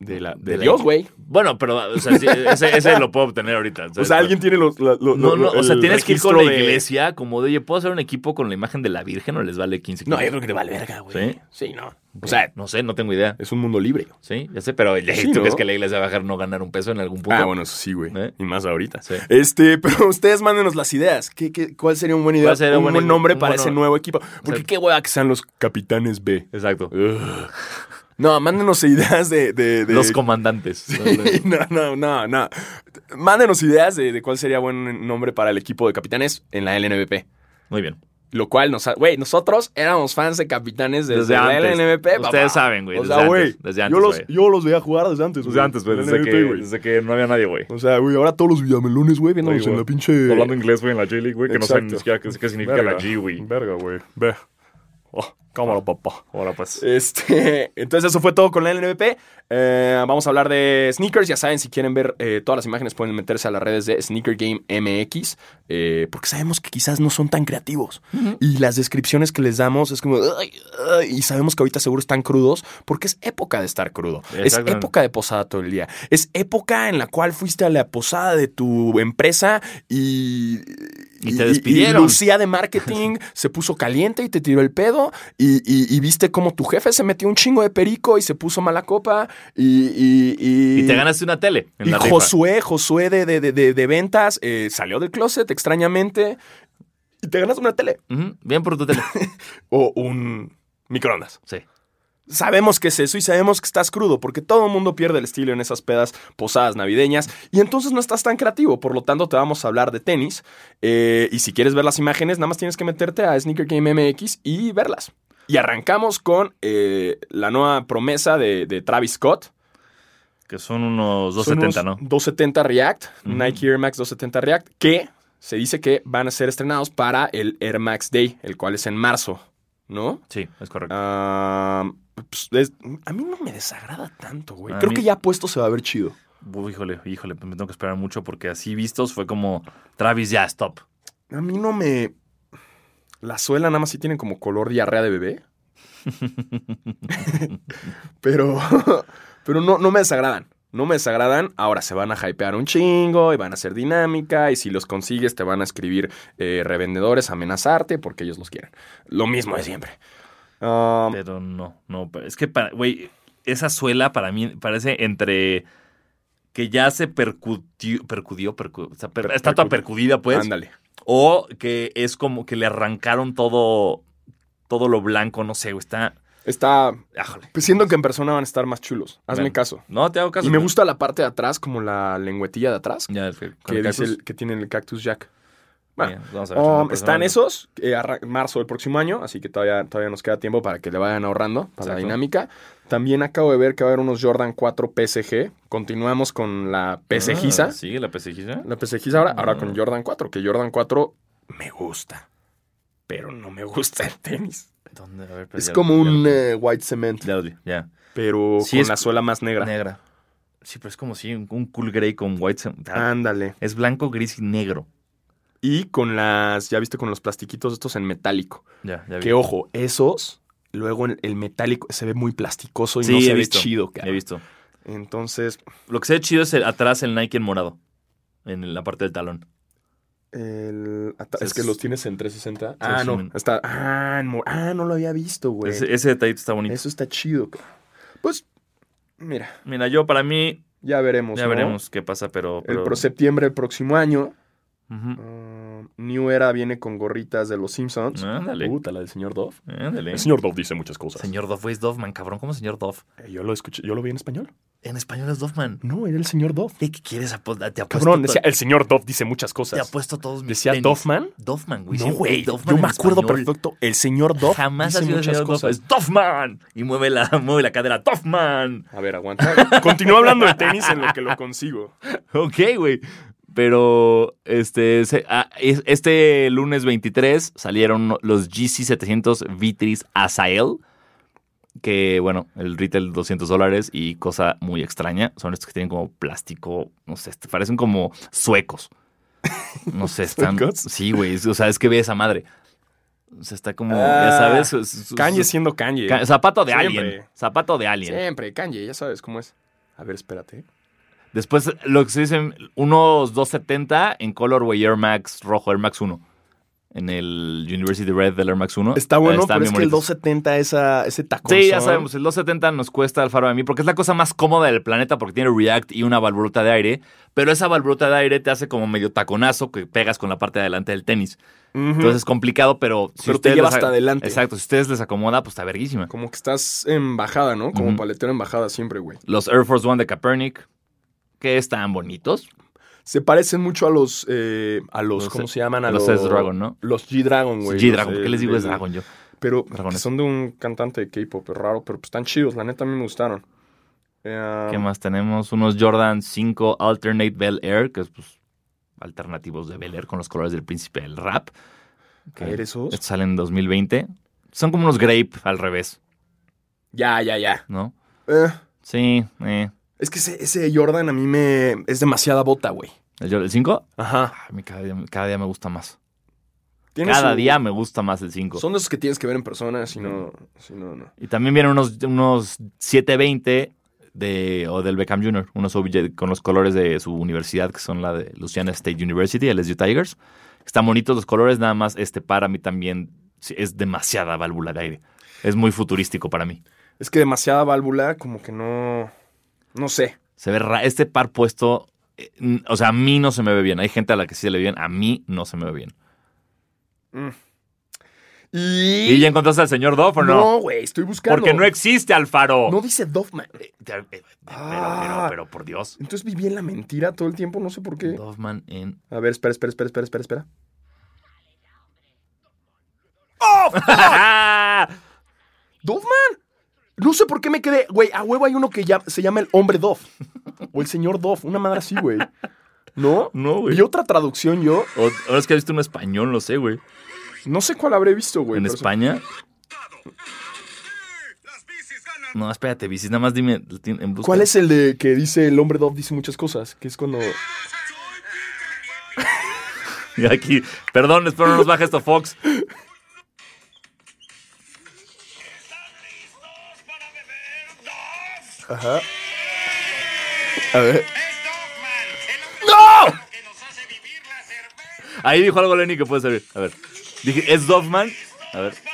de, la,
de
de,
la-
Dios, güey.
Bueno, pero o sea, sí, ese, ese lo puedo obtener ahorita.
O sea, alguien tiene los. la- lo-
No,
lo-
no, o sea,
el
tienes que ir con la
registro de-
iglesia, como de, oye, ¿puedo hacer un equipo con la imagen de la Virgen o les vale 15
No, yo creo que te vale verga, güey.
¿Sí?
Sí, no. O sea,
no sé, no tengo idea.
es un mundo libre.
eh, Sí, ya sé, pero
Sí,
¿tú
¿no?
crees que la iglesia va a dejar no ganar un peso en algún punto?
Ah, bueno, eso sí, güey.
¿Eh?
Y más ahorita.
Sí.
Este, pero ustedes mándenos las ideas. ¿Qué, qué, cuál sería un buen idea?
¿Cuál
un
sería un
buen,
buen-
nombre
un
para
buen
ese
nombre?
nuevo equipo. Porque
Exacto.
qué hueva que sean los capitanes B.
Exacto.
Ugh. No, mándenos ideas de. de- de-
Los comandantes.
Sí, no, no, no, no. Mándenos ideas de, de cuál sería buen nombre para el equipo de capitanes en la LNBP.
Muy bien.
Lo cual nos. ha- Güey, nosotros éramos fans de capitanes desde,
Desde
la
antes.
LNMP. papá.
Ustedes saben, güey,
O
desde
sea,
antes,
güey.
desde antes, güey.
yo los veía jugar desde antes,
Desde antes, güey,
En
desde,
NNP,
que,
güey.
desde que no había nadie, güey.
O sea, güey, ahora todos los villamelones, güey, viéndonos
güey.
en la pinche.
Hablando inglés, güey, en la J-League, güey, que no saben ni
Exacto.
siquiera qué, qué significa
Verga.
la G, güey.
Verga, güey. Ve. Oh, cámara, papá.
Ahora pues.
Este, entonces eso fue todo con la LNBP. Eh, vamos a hablar de sneakers. Ya saben, si quieren ver eh, todas las imágenes pueden meterse a las redes de Sneaker Game MX. eh, porque sabemos que quizás no son tan creativos. Y las descripciones que les damos es como... "Ay, ay", y sabemos que ahorita seguro están crudos porque es época de estar crudo. Es
Exactamente.
época de posada todo el día. Es época en la cual fuiste a la posada de tu empresa y...
Y te despidieron.
Lucía de marketing se puso caliente y te tiró el pedo. Y, y- y viste cómo tu jefe se metió un chingo de perico y se puso mala copa. Y, y, y-
Y te ganaste una tele en
y
la rifa.
Josué, Josué de, de- de- de- de ventas, eh, salió del closet extrañamente. Y te ganaste una tele
Ujú, Bien por tu tele.
o un microondas.
Sí.
Sabemos que es eso y sabemos que estás crudo, porque todo el mundo pierde el estilo en esas pedas posadas navideñas y entonces no estás tan creativo. Por lo tanto, te vamos a hablar de tenis. eh, y si quieres ver las imágenes, nada más tienes que meterte a Sneaker Game MX y verlas. Y arrancamos con eh, la nueva promesa de, de Travis Scott.
Que son unos
Son
270,
unos
¿no?
270 React,
Ujú.
Nike Air Max 270 React, que se dice que van a ser estrenados para el Air Max Day, el cual es en marzo, ¿no?
Sí, es correcto.
Ah, pues, es- a mí no me desagrada tanto, güey.
A
Creo
mí-
que ya puesto se va a ver chido.
Uy, Ah, híjole, híjole, me tengo que esperar mucho porque así vistos fue como Travis ya, stop.
A mí no me. La suela nada más sí tiene como color diarrea de bebé. pero. Pero no, no me desagradan. No me desagradan. Ahora se van a hypear un chingo y van a hacer dinámica. Y si los consigues, te van a escribir eh, revendedores, amenazarte porque ellos los quieren. Lo mismo de siempre. Ah,
Pero no, no, pero es que para, güey, esa suela para mí parece entre que ya se percutió, percudió, percu- o sea, per-
Per-
está toda
percu-
percudida, pues,
ándale.
o que es como que le arrancaron todo, todo lo blanco, no sé, güey, está,
Está.
ájole.
pues, siento que en persona van a estar más chulos. Hazme
Bueno.
caso.
No, te hago caso.
Y me
güey.
gusta la parte de atrás, como la lengüetilla de atrás,
Ya, el que, con
que,
el ah,
dice
cactus.
el- que tiene el cactus jack.
Bien,
Bueno,
vamos a ver,
um,
una persona-
están esos, eh, arra- marzo del próximo año, así que todavía, todavía nos queda tiempo para que le vayan ahorrando para la
Exacto.
dinámica. También acabo de ver que va a haber unos Jordan 4 PSG. Continuamos con la PSGiza.
Ah, sí, la pesejiza.
La PSGiza ahora, ahora
Mm.
con Jordan 4, que Jordan 4 me gusta, pero no me gusta el tenis.
¿Dónde? A ver, pero
Es
Pues ya-
como
ya
un
lo-
eh, white cement,
Ya lo di, ya.
pero
Sí,
con
es-
la suela más negra.
Negra. Sí, pero es como si un, un cool gray con white. sam- ah,
Ándale.
Es blanco, gris y negro.
Y con las, ya viste, con los plastiquitos estos en metálico.
Ya, ya vi.
Que ojo, esos, luego el, el metálico se ve muy plasticoso y
Sí,
no se
he
ve
visto,
chido,
He
cara.
visto.
Entonces,
Lo que se ve chido es el- atrás el Nike en morado. En la parte del talón.
el ata-
Es-
es que los tienes en 360.
Ah,
Ah, no,
sí.
está. Ah, no, ah, no lo había visto, güey.
Ese, ese detallito está bonito.
Eso está chido, cara. Pues, mira,
Mira, yo para mí,
ya veremos.
ya
¿no?
veremos qué pasa, pero.
El
pero-
pro septiembre del próximo año.
Ujú.
ah, New Era viene con gorritas de los Simpsons.
Ándale.
Puta, la del señor Dove.
Ándale.
El señor Dove dice muchas cosas.
Señor Duff, güey, es Duffman, cabrón. ¿Cómo señor Duff?
Eh, Yo lo escuché, yo lo vi en español.
En español es Duffman.
No, era el señor Dove.
¿De qué quieres? Apo- Te apuesto.
Pues Cabrón,
to-
decía, el señor Dove dice muchas
Te
cosas.
apuesto todos mis.
Decía
tenis.
Duffman.
Duffman, güey.
No,
pues, Sí,
güey.
Duffman
Yo me
en
acuerdo
español.
perfecto. El señor Dove
Jamás ha
dice
sido el
muchas
señor Duff.
cosas.
Es Duffman. Y mueve la, mueve la cadera. Duffman.
A ver, aguanta. Continúa hablando de tenis en lo que lo consigo.
Ok, güey. Pero este, se- ah, es- este lunes 23 salieron los GC 700 Vitris Asael. Que bueno, el retail 200 dólares y cosa muy extraña. Son estos que tienen como plástico, no sé, este, parecen como suecos. No sé, están.
¿Suecos?
Sí, güey. es- O sea, es que ve esa madre. O sea, está como, ya
Ah,
sabes. su- su- su-
Kanye siendo Kanye.
ca- zapato de
Siempre.
alien. Zapato de alien.
Siempre, Kanye, ya sabes cómo es. A ver, espérate.
Después, lo que se dicen, unos 270 en Colorway Air Max rojo, Air Max 1. En el University Red del Air Max 1.
Está bueno,
Están
pero es
bien
que el
bonitos.
270, esa, ese tacón.
Sí, ya sabemos, el 270 nos cuesta al faro de mí porque es la cosa más cómoda del planeta porque tiene React y una valvulota de aire, pero esa valvulota de aire te hace como medio taconazo que pegas con la parte de adelante del tenis. Entonces es complicado, pero si
Pero te
ustedes
lleva
les
hasta
ac-
adelante.
Exacto, si ustedes les acomoda, pues está verguísima.
Como que estás en bajada, ¿no? Como
Ujú.
paletero en bajada siempre, güey.
Los Air Force One de Kaepernick, que están bonitos.
Se parecen mucho a los. eh, a los.
Los- e-
¿Cómo se llaman? A
los S-Dragon, ¿no?
Los G-Dragon, güey.
G-Dragon,
los,
¿por
eh,
qué les digo
del-
es Dragon yo?
Pero
Dragones.
que son de un cantante de K-pop, es raro, pero pues están chidos, la neta a mí me gustaron. Eh,
¿Qué más tenemos? Unos Jordan 5 Alternate Bel Air, que es pues, alternativos de Bel Air con los colores del príncipe del rap.
A ver, esos.
Estos salen en 2020. Son como unos grape al revés,
Ya, ya, ya.
¿no?
Eh,
Sí, eh.
es que ese, ese Jordan a mí me. es demasiada bota, güey.
¿El Jordan 5?
Ajá.
A mí cada día, cada día me gusta más.
Tiene
Cada
su-
día me gusta más el 5.
Son de esos que tienes que ver en persona, si no. Si no, no.
Y también vienen unos, unos 720 de, o del Beckham Jr., unos OBJ con los colores de su universidad, que son la de Louisiana State University, el SU Tigers. Están bonitos los colores, nada más este para mí también sí, es demasiada válvula de aire. Es muy futurístico para mí.
Es que demasiada válvula, como que no. No sé.
Se ve ra- este par puesto, eh, n- o sea, a mí no se me ve bien. Hay gente a la que sí se le ve bien, a mí no se me ve bien.
Mm.
¿Y
Y.
ya encontraste al señor Duff o no?
No, güey, estoy buscando.
Porque no existe Alfaro.
No dice Doffman.
Eh, Pero, pero,
Ah.
pero, pero, por Dios.
Entonces viví en la mentira todo el tiempo, no sé por qué.
Doffman en
A ver, espera, espera, espera, espera, espera, espera.
¡Ah!
¿Doffman? No sé por qué me quedé. Güey, a huevo hay uno que ya, se llama el hombre Doff. O el señor Doff, una madre así, güey. ¿No?
No, güey.
Y otra traducción yo,
O- Ahora es que has visto un español, no sé, güey.
no sé cuál habré visto, güey.
En
pero-
España. No, espérate, bicis, nada más dime. ti- En busca.
¿Cuál es el de que dice el hombre Doff dice muchas cosas? Que es cuando.
Y Aquí, perdón, espero no nos baje esto, Fox.
Ajá. A ver.
¡No! Ahí dijo algo Lenny que puede servir. A ver. Dije, ¿es Doffman? A ver.
Es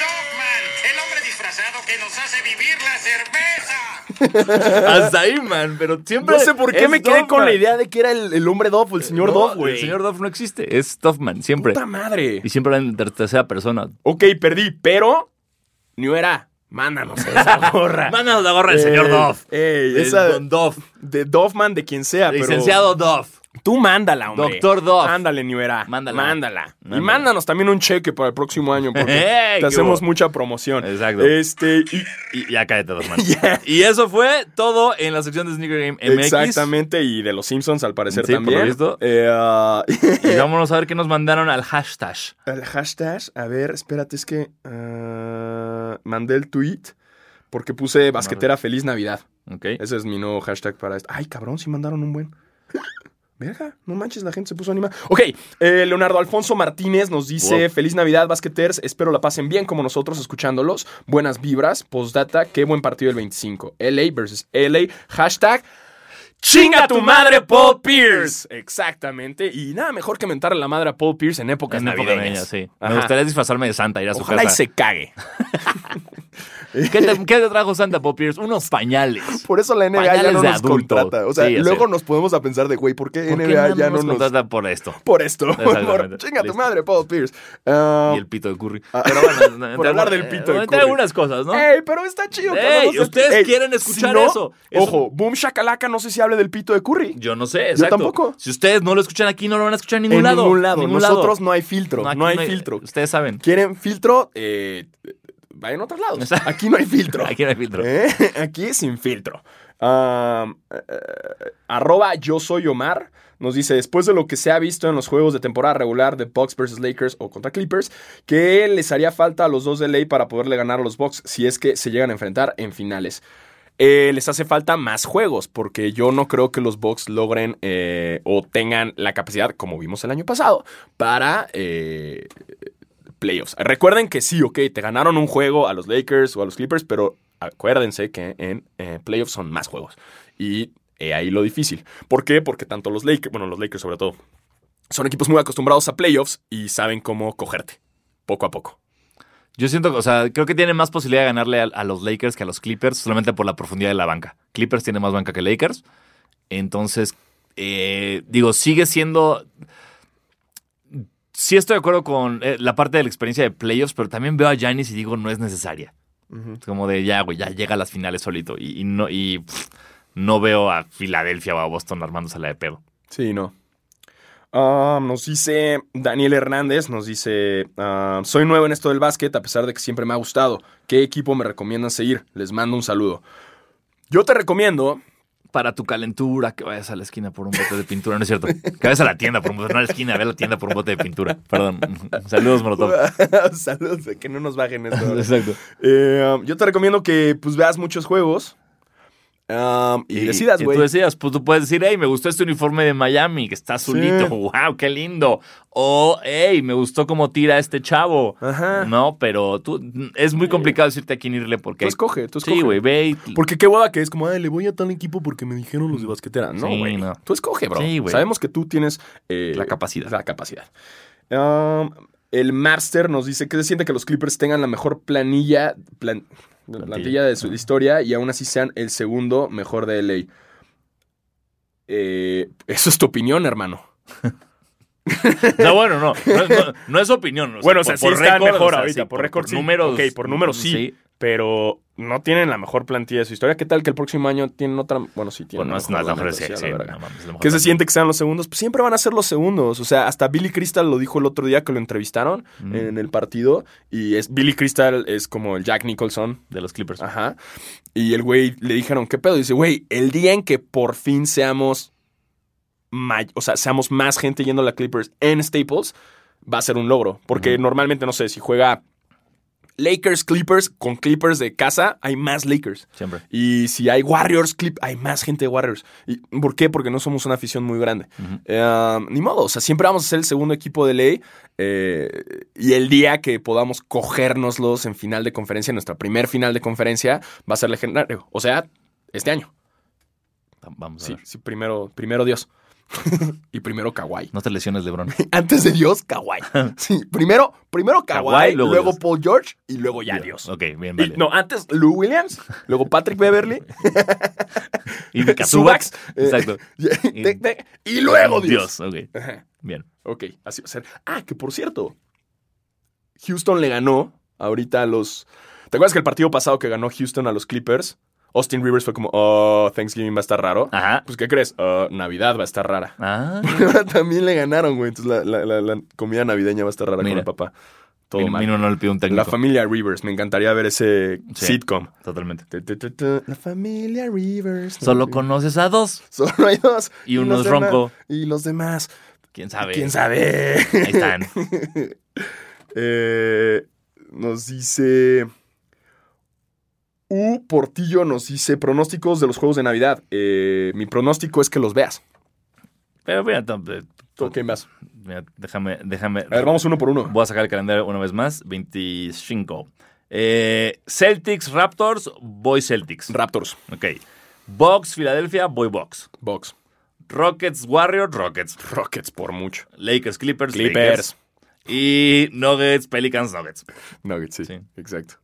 Dogman, el hombre disfrazado que nos hace vivir la cerveza.
Hasta ahí, man, pero siempre.
No sé por qué
es
me quedé con
Doffman.
la idea de que era el, el hombre Doff o el señor
No,
Doff, güey.
El señor Duff no existe, es Doffman, siempre.
Puta madre.
Y siempre hablan en ter- tercera persona.
Ok, perdí, pero. Ni era. Mándanos esa gorra.
Mándanos la gorra del señor
Ey,
Doff.
ey,
Del
Ah. Eh, esa-
don Doff.
De Doffman, de quien sea, pero.
Licenciado Doff.
Tú mándala, hombre.
Doctor Doff.
Ándale, Niuera.
Mándala.
Mándala. Y
Mándala.
mándanos también un cheque para el próximo año porque
Ey,
te
qué
hacemos
hubo.
mucha promoción.
Exacto.
Este, y-
Y ya cállate, Doffman.
Ya.
Y eso fue todo en la sección de Sneaker Game MX.
exactamente, y de los Simpsons al parecer
Sí, por
también.
lo visto.
Eh, ah,
Y vámonos a ver qué nos mandaron al hashtag.
el hashtag, a ver, espérate, es que ah, mandé el tweet porque puse basquetera feliz Navidad.
Ok.
Ese es mi nuevo hashtag para esto. Ay, cabrón, sí mandaron un buen. Verga, no manches, la gente se puso anima. Ok, eh, Leonardo Alfonso Martínez nos dice:
Wow.
Feliz Navidad, basqueters. Espero la pasen bien como nosotros escuchándolos. Buenas vibras. Postdata, qué buen partido el 25. LA versus LA. Hashtag.
¡Chinga tu madre, Paul Pierce!
Exactamente. Y nada mejor que mentarle la madre a Paul Pierce en épocas
En época navideña,
navideñas.
sí.
Ajá.
Me gustaría disfrazarme de Santa, ir a su
Ojalá y
casa.
se cague.
¿Qué, te, qué te trajo Santa Pop Pierce? Unos pañales.
Por eso la NBA ya
Pañales
no
de
nos
adulto.
contrata. O sea,
Sí, ya sé.
luego nos podemos a pensar de, güey, ¿por qué
¿Por qué
NBA
nada
ya no
nos
nos
contrata por esto?
por esto.
Exactamente.
Por, chinga tu
Listo.
madre, Paul Pierce. Ah,
Y el pito de Curry.
Ah.
Pero bueno,
Por
entre-
hablar del pito de
entre
Curry. Eh.
algunas cosas, ¿no?
Ey, pero está chido. que
Ey,
no nos-
ustedes
Ey,
quieren escuchar
si no,
eso. Eso-
Ojo, Boom Shakalaka no sé si hable del pito de Curry.
Yo no sé, exacto.
tampoco.
Si ustedes no lo escuchan aquí, no lo van a escuchar en ningún
en
lado.
ningún lado.
Ningún
Nosotros no hay filtro. No,
aquí
hay, filtro.
Ustedes saben.
¿Quieren filtro? Eh, vayan a otros lados.
Exacto.
Aquí no hay filtro.
Aquí no hay filtro.
¿Eh? Aquí sin filtro. Am, eh, arroba yo soy Omar. Nos dice, después de lo que se ha visto en los juegos de temporada regular de Bucks versus Lakers o contra Clippers, que les haría falta a los dos de ley para poderle ganar a los Bucks si es que se llegan a enfrentar en finales. Eh, les hace falta más juegos, porque yo no creo que los Bucks logren eh, o tengan la capacidad, como vimos el año pasado, para eh, playoffs. Recuerden que sí, ok, te ganaron un juego a los Lakers o a los Clippers, pero acuérdense que en eh, playoffs son más juegos. Y eh, ahí lo difícil. ¿Por qué? Porque tanto los Lakers, bueno, los Lakers sobre todo, son equipos muy acostumbrados a playoffs y saben cómo cogerte, poco a poco.
Yo siento, o sea, creo que tiene más posibilidad de ganarle a, a los Lakers que a los Clippers solamente por la profundidad de la banca. Clippers tiene más banca que Lakers. Entonces, eh, digo, sigue siendo... Sí estoy de acuerdo con eh, la parte de la experiencia de playoffs, pero también veo a Giannis y digo, no es necesaria.
Ujú.
Es como de ya, güey, ya llega a las finales solito. Y, y no, y pff, no veo a Filadelfia o a Boston armándose la de pedo.
Sí, no. Ah, nos dice Daniel Hernández, nos dice, ah, soy nuevo en esto del básquet, a pesar de que siempre me ha gustado. ¿Qué equipo me recomiendan seguir? Les mando un saludo. Yo te recomiendo,
Para tu calentura, que vayas a la esquina por un bote de pintura, no es cierto. Que vayas a la tienda por un bote, no a la esquina, ve a la tienda por un bote de pintura. Perdón. Saludos, Molotov.
saludos, de que no nos bajen esto. ahora.
Exacto.
Eh, yo te recomiendo que pues veas muchos juegos ah, y, decidas,
y
güey.
Tú decidas, pues tú puedes decir, hey, me gustó este uniforme de Miami, que está azulito,
Sí.
wow, qué lindo. O, hey, me gustó cómo tira este chavo.
Ajá.
No, pero tú, es muy complicado decirte a quién irle porque...
Tú escoge, tú escoge.
sí, güey, ve y...
Porque qué hueva que es como, ay, le voy a tal equipo porque me dijeron los de basquetera. No,
Mm. Sí,
güey.
no.
Tú escoge, bro.
Sí, güey.
Sabemos que tú tienes eh,
La capacidad.
La capacidad. Um, el Master nos dice que se siente que los Clippers tengan la mejor planilla, plan- plantilla. de su historia y aún así sean el segundo mejor de LA. Eh, eso es tu opinión, hermano.
O sea, bueno, no, no, no- no es opinión. o sea,
Bueno, o sea, sí están
récord,
mejor
o sea,
ahorita,
sí,
por récord sí.
números. mm,
Ok, por números sí. Pero no tienen la mejor plantilla de su historia. ¿Qué tal que el próximo año tienen otra? Bueno, sí, tienen.
Bueno, no es
mejor la
nada, pero
neta,
sí,
sí, a la
sí,
verga.
no mames, es la mejor
¿Qué se
plantilla.
siente que sean los segundos? Pues siempre van a ser los segundos. O sea, hasta Billy Crystal lo dijo el otro día que lo entrevistaron
Mm.
en el partido. Y es Billy Crystal es como el Jack Nicholson.
De los Clippers.
Ajá. Y el güey le dijeron, ¿qué pedo? Y dice, güey, el día en que por fin seamos, may- o sea, seamos más gente yendo a la Clippers en Staples, va a ser un logro. Porque normalmente, no sé, si juega Lakers, Clippers, con Clippers de casa, hay más Lakers.
Siempre.
Y si hay Warriors clip, hay más gente de Warriors. ¿Y ¿Por qué? Porque no somos una afición muy grande.
Ujú.
Eh, um, ni modo, o sea, siempre vamos a ser el segundo equipo de ley. eh, y el día que podamos cogérnoslos en final de conferencia, nuestra primer final de conferencia, va a ser legendario. O sea, este año.
Vamos a
Sí,
ver.
sí, primero, primero Dios. y primero Kawhi.
No te lesiones, LeBron.
Antes de Dios, Kawhi. Sí, primero, primero Kawhi,
Kawhi, luego
luego,
Dios.
Paul George y luego ya Dios.
Ok, bien,
Y-
vale.
no, antes Lou Williams, luego Patrick Beverly,
Y de Kazubaks.
Subax. eh,
Exacto.
Y,
Y-
tec, tec, y luego Dios.
Ok,
Ajá.
bien.
Ok, así va a ser. Ah, que por cierto, Houston le ganó ahorita a los. ¿Te acuerdas que el partido pasado que ganó Houston a los Clippers? Austin Rivers fue como, oh, Thanksgiving va a estar raro.
Ajá.
Pues, ¿qué crees? "Oh, Navidad va a estar rara.
Ah,
Ahora también le ganaron, güey. Entonces, la, la- la- la comida navideño va a estar rara
Mira.
con el papá. Todo
mi,
mal.
mi no, no le pido un técnico.
la familia Rivers. Me encantaría ver ese
Sí.
sitcom.
Totalmente.
Tu, tu, tu, tu. La familia Rivers.
Solo conoces a dos.
Solo hay dos.
Y uno
los
es
demás-
ronco.
Y los demás.
¿Quién sabe?
¿Quién sabe?
Ahí están.
Eh, nos dice. U Portillo nos dice pronósticos de los juegos de Navidad. Eh, mi pronóstico es que los veas.
Pero mira, tom- eh,
¿Tú quién vas?
mira, déjame, déjame.
A ver, vamos uno por uno.
Voy a sacar el calendario una vez más. 25. Eh, Celtics, Raptors, voy Celtics.
Raptors,
ok. Bucks, Filadelfia, voy Bucks.
Box,
Rockets, Warriors, Rockets.
Rockets por mucho.
Lakers, Clippers,
Clippers.
Lakers. Y Nuggets, Pelicans, Nuggets.
Nuggets, sí.
Sí.
Exacto.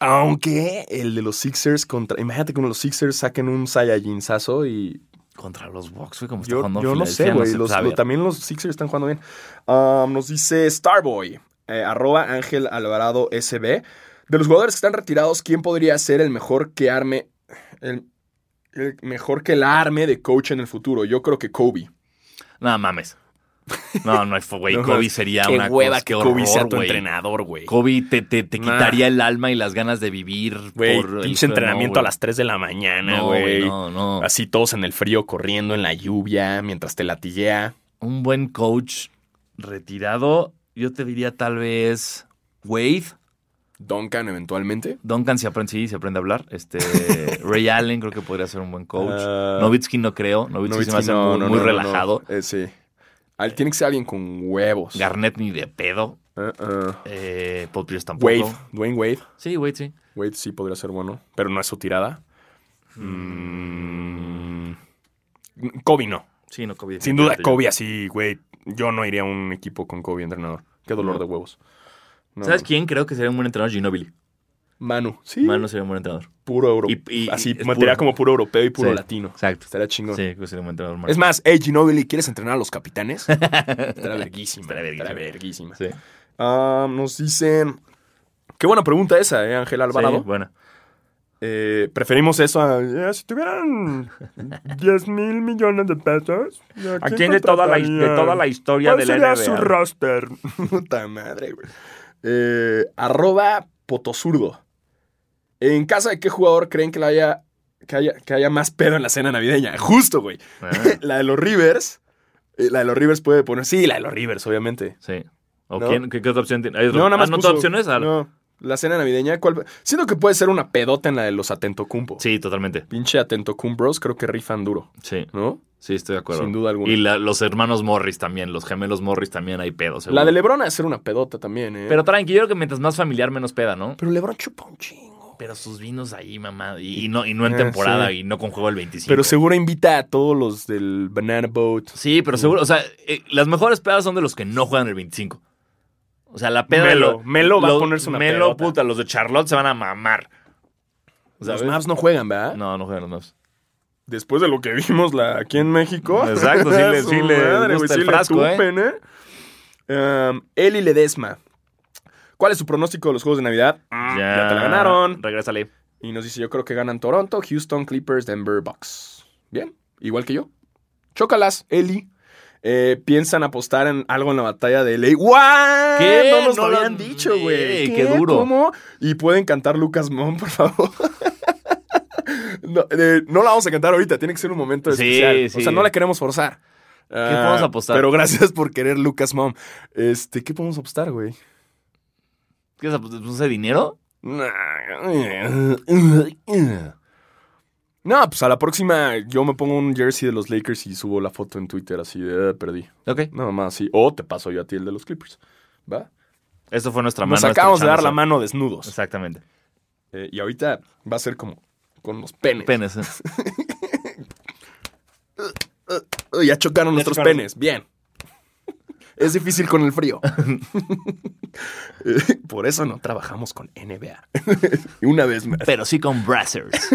Aunque el de los Sixers contra. Imagínate que uno de los Sixers saquen un Saiyajinzazo y.
Contra los Bucks, güey, como está
Yo,
jugando
yo no sé,
Filadelfia,
güey.
se
Los-
sabe.
lo- también los Sixers están jugando bien. Ah, nos dice Starboy, eh, arroba Ángel Alvarado SB. De los jugadores que están retirados, ¿quién podría ser el mejor que arme? El, el mejor que la arme de coach en el futuro. Yo creo que Kobe.
No mames. No, no hay fo- güey.
No,
Kobe
mames.
sería una cosa, qué horror, güey.
entrenador, güey.
Kobe te, te, te
Nah.
quitaría el alma y las ganas de vivir.
Güey,
por el-
pinche entrenamiento
no,
a las 3 de la mañana,
No, güey,
güey.
no, no.
Así todos en el frío, corriendo en la lluvia, mientras te latiguea.
Un buen coach retirado, yo te diría tal vez Wade.
Duncan, eventualmente.
Duncan si aprende, sí, se aprende a hablar. Este, Ray Allen creo que podría ser un buen coach.
Ah.
Novitsky no creo. Novitsky, se me hace
no,
muy,
no,
muy
no, no, no.
relajado.
Eh, sí. Al- tiene que ser alguien con huevos.
Garnett ni de pedo.
Eh, eh.
Eh, Paul Pierce tampoco.
Wade, Dwayne Wade.
Sí, Wade, sí.
Wade sí podría ser bueno, pero no es su tirada. Mm. Kobe no.
Sí, no, Kobe.
Sin duda,
definitivamente yo.
Kobe así, güey. Yo no iría a un equipo con Kobe entrenador. Qué dolor de huevos. No,
¿Sabes
no.
quién creo que sería un buen entrenador? Ginobili.
Manu, sí.
Mano sería un buen entrenador.
Puro europeo.
Y- y-
Así,
es
mantenía
puro-
como puro europeo y puro
Sí,
latino.
Exacto.
Estaría chingón.
Sí, creo que sería un buen entrenador. Manu.
Es más, hey, Ginobili, ¿quieres entrenar a los capitanes? Estará verguísima.
Estaría verguísima.
verguísima.
Sí.
Ah, nos dicen Qué buena pregunta esa, ¿eh, Ángel Alvarado?
Sí, bueno.
Eh, preferimos eso a. "Eh, si tuvieran 10 mil millones de pesos.
¿A quién de toda la, de toda la historia
¿Cuál
de
sería
la NBA?
su roster? Puta madre, güey. Eh, arroba potozurdo. ¿En casa de qué jugador creen que, la haya, que, haya, que haya más pedo en la cena navideña? Justo, güey.
Ah,
la de los Rivers. eh, La de los Rivers puede poner. Sí, la de los Rivers, obviamente.
sí. ¿O
No.
quién? ¿Qué, qué otra opción tiene? Hay otro-
No, nada más.
ah, ¿no te
puso-
opciones? Ah,
No, la cena navideña. ¿cuál? Siento que puede ser una pedota en la de los Atentocumpo.
Sí, totalmente.
Pinche Atentocumbros, creo que rifan duro,
Sí,
¿no?
sí, estoy de acuerdo.
Sin duda alguna.
Y la- los hermanos Morris también, los gemelos Morris también hay pedos. seguro.
La de Lebron ha de ser una pedota también, ¿eh?
Pero tranquilo, creo que mientras más familiar, menos peda, ¿no?
Pero Lebron chupa un chingo.
Pero sus vinos ahí, mamá. Y, y no, y no en
Ah,
temporada,
sí.
y no con juego el 25.
Pero seguro invita a todos los del Banana Boat.
Sí, pero seguro, o sea, eh, las mejores pedas son de los que no juegan el 25. O sea, la peda de
Melo,
los-
Melo va a
los-
ponerse una
Melo,
pedota.
puta, los de Charlotte se van a mamar.
Los
¿Sabes?
Mavs no juegan, ¿verdad?
No, no juegan los Mavs.
Después de lo que vimos la, aquí en México.
Exacto, sí le-
Su
sí le
madre, güey,
gusta
sí
el
le
frasco, ¿eh?
tupen, ¿eh? Um, Eli Ledesma. ¿Cuál es su pronóstico de los juegos de Navidad? Mm,
Ya,
ya te la ganaron.
Regrésale.
Y nos dice, yo creo que ganan Toronto, Houston, Clippers, Denver, Bucks. Bien, igual que yo. Chócalas, Eli. Eh, ¿Piensan apostar en algo en la batalla de LA? ¡Guau!
¿Qué?
No nos
No
lo
lo-
habían dicho, güey.
Eh, qué duro.
¿Cómo? Y pueden cantar Lucas Mon, por favor. no, eh, no la vamos a cantar ahorita, tiene que ser un momento
Sí,
especial. O
sí.
sea, no la queremos forzar. ¿Qué
podemos apostar?
Pero gracias por querer Lucas Mom. Este, ¿qué podemos apostar, güey?
¿Qué es apostar? ¿Pues ese dinero?
No, pues a la próxima yo me pongo un jersey de los Lakers y subo la foto en Twitter así de "Ah, perdí.
Ok.
Nada más así. O te paso yo a ti el de los Clippers. ¿Va?
Eso fue nuestra mano.
Nos acabamos de dar la
estrechándose.
mano desnudos.
Exactamente.
Eh, y ahorita va a ser como con los penes.
Penes. ¿eh?
Uh, ya chocaron nuestros
chocaron.
penes. Bien. Es difícil con el frío. Eh, Por eso no trabajamos con NBA. Y Una vez más.
Pero sí con Brazzers.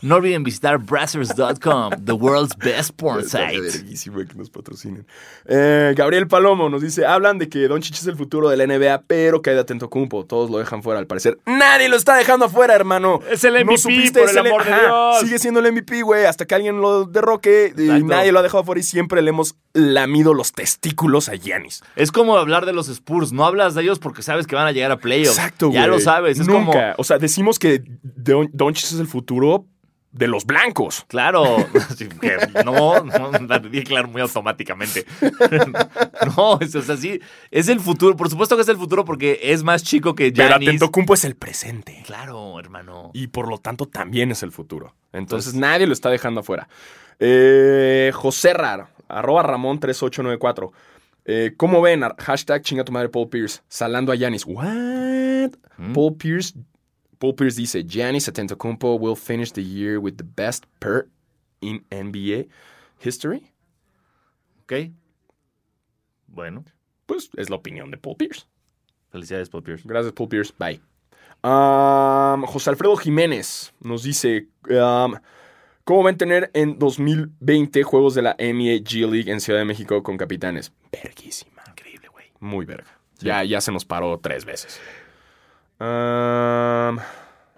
No olviden visitar brazzers.com, the world's best porn
Estaría
site.
verguísima que nos patrocinen. Eh, Gabriel Palomo nos dice: hablan de que Doncic es el futuro de la NBA, pero que hay de atento cumpo. Todos lo dejan fuera, al parecer. Nadie lo está dejando afuera, hermano.
Es el MVP, por
es
el amor de Dios.
Sigue siendo el MVP, güey, hasta que alguien lo derroque. Y
Exacto.
nadie lo ha dejado afuera y siempre le hemos lamido los testículos a Giannis.
Es como hablar de los Spurs. No hablas de ellos porque sabes que van a llegar a playoffs.
Exacto, güey.
Ya lo sabes. Es
Nunca.
como.
O sea, decimos que Don- Doncic es el futuro de los blancos.
Claro, Así que no, no, la di claro muy automáticamente. No, es, o sea, sí, es el futuro. Por supuesto que es el futuro porque es más chico que
Pero
Giannis.
atento cumpo es el presente.
Claro, hermano.
y por lo tanto también es el futuro. Entonces
Entonces,
nadie lo está dejando afuera. Eh, José Rar, arroba Ramón 3894. Eh, ¿Cómo ven? Ar- Hashtag chinga tu madre Paul Pierce, salando a Giannis. What?
Mm.
Paul Pierce. Paul Pierce dice, Giannis Atentocompo will finish the year with the best per in NBA history.
Ok. Bueno,
Pues es la opinión de Paul Pierce.
felicidades, Paul Pierce.
Gracias, Paul Pierce. Bye. Um, José Alfredo Jiménez nos dice: um, ¿Cómo van a tener en 2020 juegos de la NBA G League en Ciudad de México con capitanes? Verguísima.
Increíble, güey.
Muy verga.
Sí.
Ya, ya se nos paró tres veces. Um,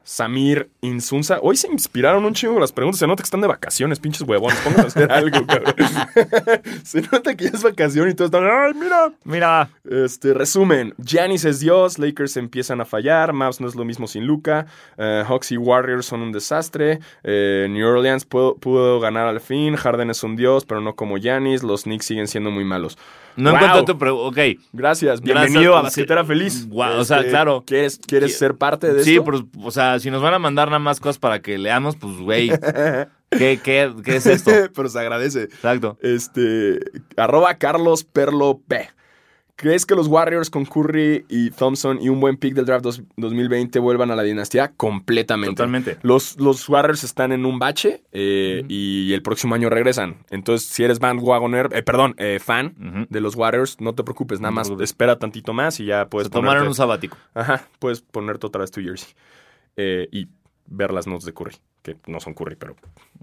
Samir Insunza. Hoy se inspiraron un chingo con las preguntas. Se nota que están de vacaciones, pinches huevones. Pónganse a hacer algo, cabrón. se nota que ya es vacación y todos están. ¡Ay, mira!
Mira.
Este, resumen, Giannis es Dios, Lakers empiezan a fallar, Mavs no es lo mismo sin Luca, Hawks y Warriors son un desastre, eh, New Orleans pudo, pudo ganar al fin, Harden es un Dios, pero no como Giannis, los Knicks siguen siendo muy malos.
No
Wow.
encuentro tu pregunta. Ok.
Gracias,
Gracias,
bienvenido a
pues,
Basquetera
que-
Feliz. Este,
Guau, o sea, claro.
¿Quieres, quieres
Qui-
ser parte de
Sí,
esto?
pero, o sea, si nos van a mandar nada más cosas para que leamos, pues, güey. ¿qué, qué, ¿Qué es esto?
pero se agradece.
Exacto.
Este, arroba Carlos Perlo P. ¿Crees que los Warriors con Curry y Thompson y un buen pick del draft dos- 2020 vuelvan a la dinastía? Completamente.
Totalmente.
Los, los Warriors están en un bache eh, y el próximo año regresan. Entonces, si eres bandwagoner, eh, perdón, eh, fan
Ujú.
de los Warriors, no te preocupes, nada
No te
más
preocupes.
espera tantito más y ya puedes
Se tomaron
ponerte-
un sabático.
Ajá, puedes ponerte otra vez tu jersey eh, y ver las notes de Curry. que no son curry, pero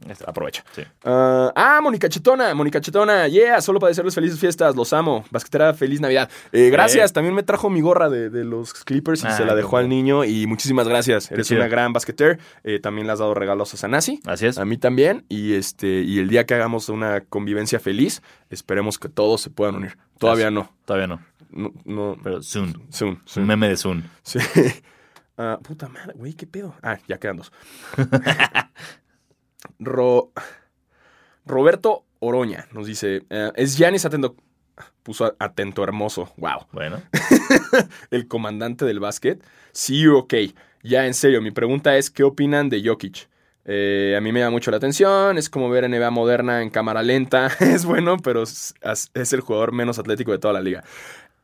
Está.
aprovecha.
Sí.
Ah, ah, Mónica Chetona, Mónica Chetona, yeah, solo para desearles felices fiestas, los amo. Basquetera, feliz Navidad. Eh, gracias, también me trajo mi gorra de, de los Clippers y
Ah,
se la dejó
cómo
al
no.
niño y muchísimas gracias. Eres
chido.
una gran basquetera, Eh, también le has dado regalos a Sanasi.
Así es.
A mí también. Y este, y el día que hagamos una convivencia feliz, esperemos que todos se puedan unir. Todavía no.
Todavía no.
No, no.
Pero soon.
Soon, soon.
Un meme de soon.
Sí. Ah, puta madre, güey, ¿qué pedo? Ah, ya quedan dos. Ro- Roberto Oroña nos dice, eh, es Yanis atento, puso a- atento hermoso, wow.
Bueno.
El comandante del básquet, sí, ok. Ya en serio, mi pregunta es, ¿qué opinan de Jokic? Eh, a mí me llama mucho la atención, es como ver NBA moderna en cámara lenta, es bueno, pero es, es el jugador menos atlético de toda la liga.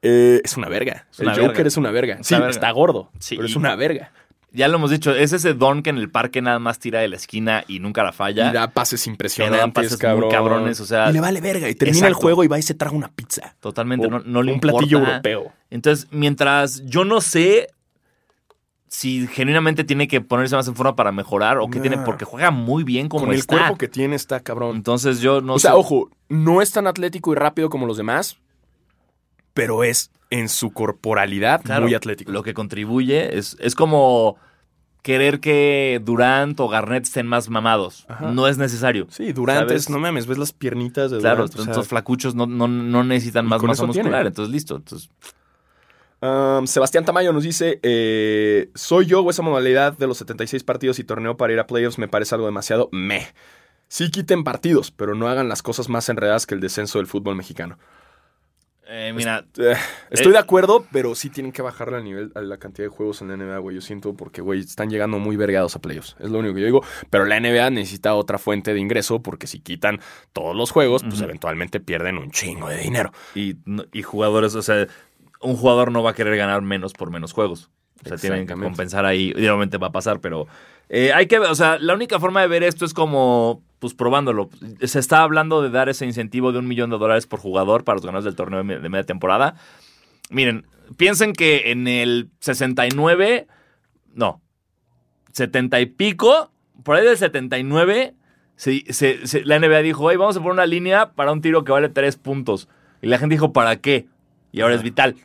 Eh, es una verga.
Es una
el
verga.
Joker es una verga.
Es
Sí,
una verga.
está gordo,
Sí.
pero es una verga.
Ya lo hemos dicho, es ese don que en el parque nada más tira de la esquina y nunca la falla.
Y da pases impresionantes,
Te dan pases muy
cabrón.
cabrones, o sea-
y le vale verga. Y termina el
Exacto.
juego y va y se trae una pizza.
Totalmente,
O
no, no le
Oh, un
importa.
platillo europeo.
Entonces, mientras yo no sé si genuinamente tiene que ponerse más en forma para mejorar o qué
No.
tiene, porque juega muy bien como
Con el
está.
cuerpo que tiene está cabrón.
Entonces yo no
o sea,
sé.
ojo, no es tan atlético y rápido como los demás, pero es en su corporalidad
Claro,
muy atlético.
Lo que contribuye es, es como querer que Durant o Garnett estén más mamados.
Ajá.
No es necesario.
Sí, Durante,
¿Sabes?
no mames, ves las piernitas de
Claro,
Durant, o sea,
estos flacuchos no, no- no necesitan
Y
más
con
masa
eso tiene.
muscular. Entonces, listo. Entonces,
Um, Sebastián Tamayo nos dice, eh, soy yo o esa modalidad de los 76 partidos y torneo para ir a playoffs me parece algo demasiado meh. Sí quiten partidos, pero no hagan las cosas más enredadas que el descenso del fútbol mexicano.
eh, mira,
Eh, estoy
Eh.
de acuerdo, pero sí tienen que bajarle al nivel a la cantidad de juegos en la NBA, güey. Yo siento porque, güey, están llegando muy vergados a playoffs. Es lo único que yo digo. Pero la NBA necesita otra fuente de ingreso porque si quitan todos los juegos, pues
Ujú.
eventualmente pierden un chingo de dinero.
y, no- y jugadores, o sea, un jugador no va a querer ganar menos por menos juegos. O sea, tienen que
Exactamente.
compensar ahí. Y obviamente va a pasar, pero eh, hay que ver, o sea, la única forma de ver esto es como, pues probándolo. Se está hablando de dar ese incentivo de un millón de dólares por jugador para los ganadores del torneo de me- de media temporada. Miren, piensen que en el 69, no, 70 y pico, por ahí del 79, se- se- se- la NBA dijo, hey, vamos a poner una línea para un tiro que vale 3 puntos. Y la gente dijo, ¿para qué? Y ahora es vital.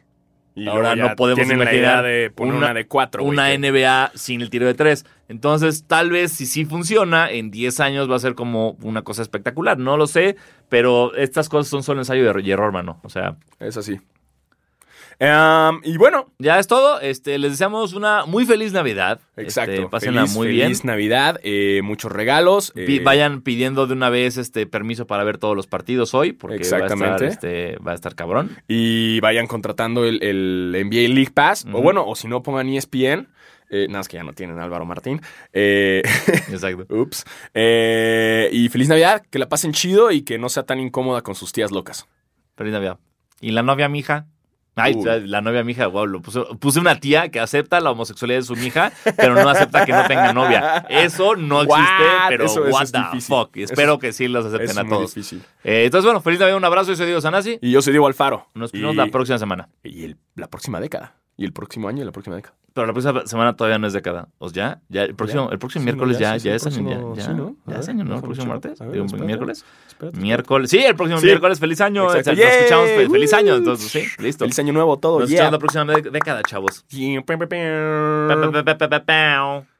Y
Ahora
luego ya
no podemos
tienen la
imaginar
idea de poner una,
una-
de cuatro. güey,
una
que-
NBA sin el tiro de 3. Entonces, tal vez si sí funciona, en 10 años va a ser como una cosa espectacular. No lo sé, pero estas cosas son solo ensayo y error- y error, mano. O sea,
Es así. Em, y bueno,
ya es todo. Este, les deseamos una muy feliz Navidad.
exacto.
Este, pásenla
Feliz-
muy
Feliz Navidad, eh, muchos regalos.
bien.
eh,
Pi- Vayan pidiendo de una vez este permiso para ver todos los partidos hoy, porque Va, a estar,
Exactamente.
este, va a estar cabrón.
Y vayan contratando el, el NBA League Pass. O
Ujú.
bueno, o si no, pongan E ESPN. Eh, nada, es que ya no tienen Álvaro Martín. Eh,
Exacto.
ups. Eh, y feliz Navidad, que la pasen chido y que no sea tan incómoda con sus tías locas.
Feliz Navidad. ¿Y la novia mija? Ay,
Uy.
la, la novia mija, wow, lo puso- puse una tía que acepta la homosexualidad de su mija, pero no acepta que no tenga novia. Eso no
What?
existe, pero
Eso- eso
what
es
the
difícil.
fuck. Y
Eso
espero
es-
que sí los acepten
Es
a
muy
todos.
difícil.
Eh, entonces, bueno, feliz Navidad, un abrazo. Yo soy Diego Sanasi.
Y yo soy Diego Alfaro.
Nos
y,
vemos la próxima semana.
y el- la próxima década. Y el próximo año y la próxima década.
Pero la próxima semana todavía no es década. O sea, ya, ya el próximo,
Ya.
el próximo
Sí,
miércoles
no,
ya,
ya,
ya,
sí, sí, el
es año,
próximo-
ya,
sí,
ya,
¿no?
ya
A
es
ver,
año, ¿no? El
déjame
próximo
checar.
martes,
A ver,
digo,
espera.
miércoles.
Espérate.
Miércoles, sí, el próximo
Sí.
miércoles, feliz año.
Exacto.
Nos escuchamos,
Yay.
feliz año.
Uh.
Entonces, sí, listo.
Feliz año nuevo todo.
Nos
yeah.
escuchamos la próxima dé- década, chavos.
Yeah, pam, pam,
Bow,
pam.
bow, bow, bow, bow, bow.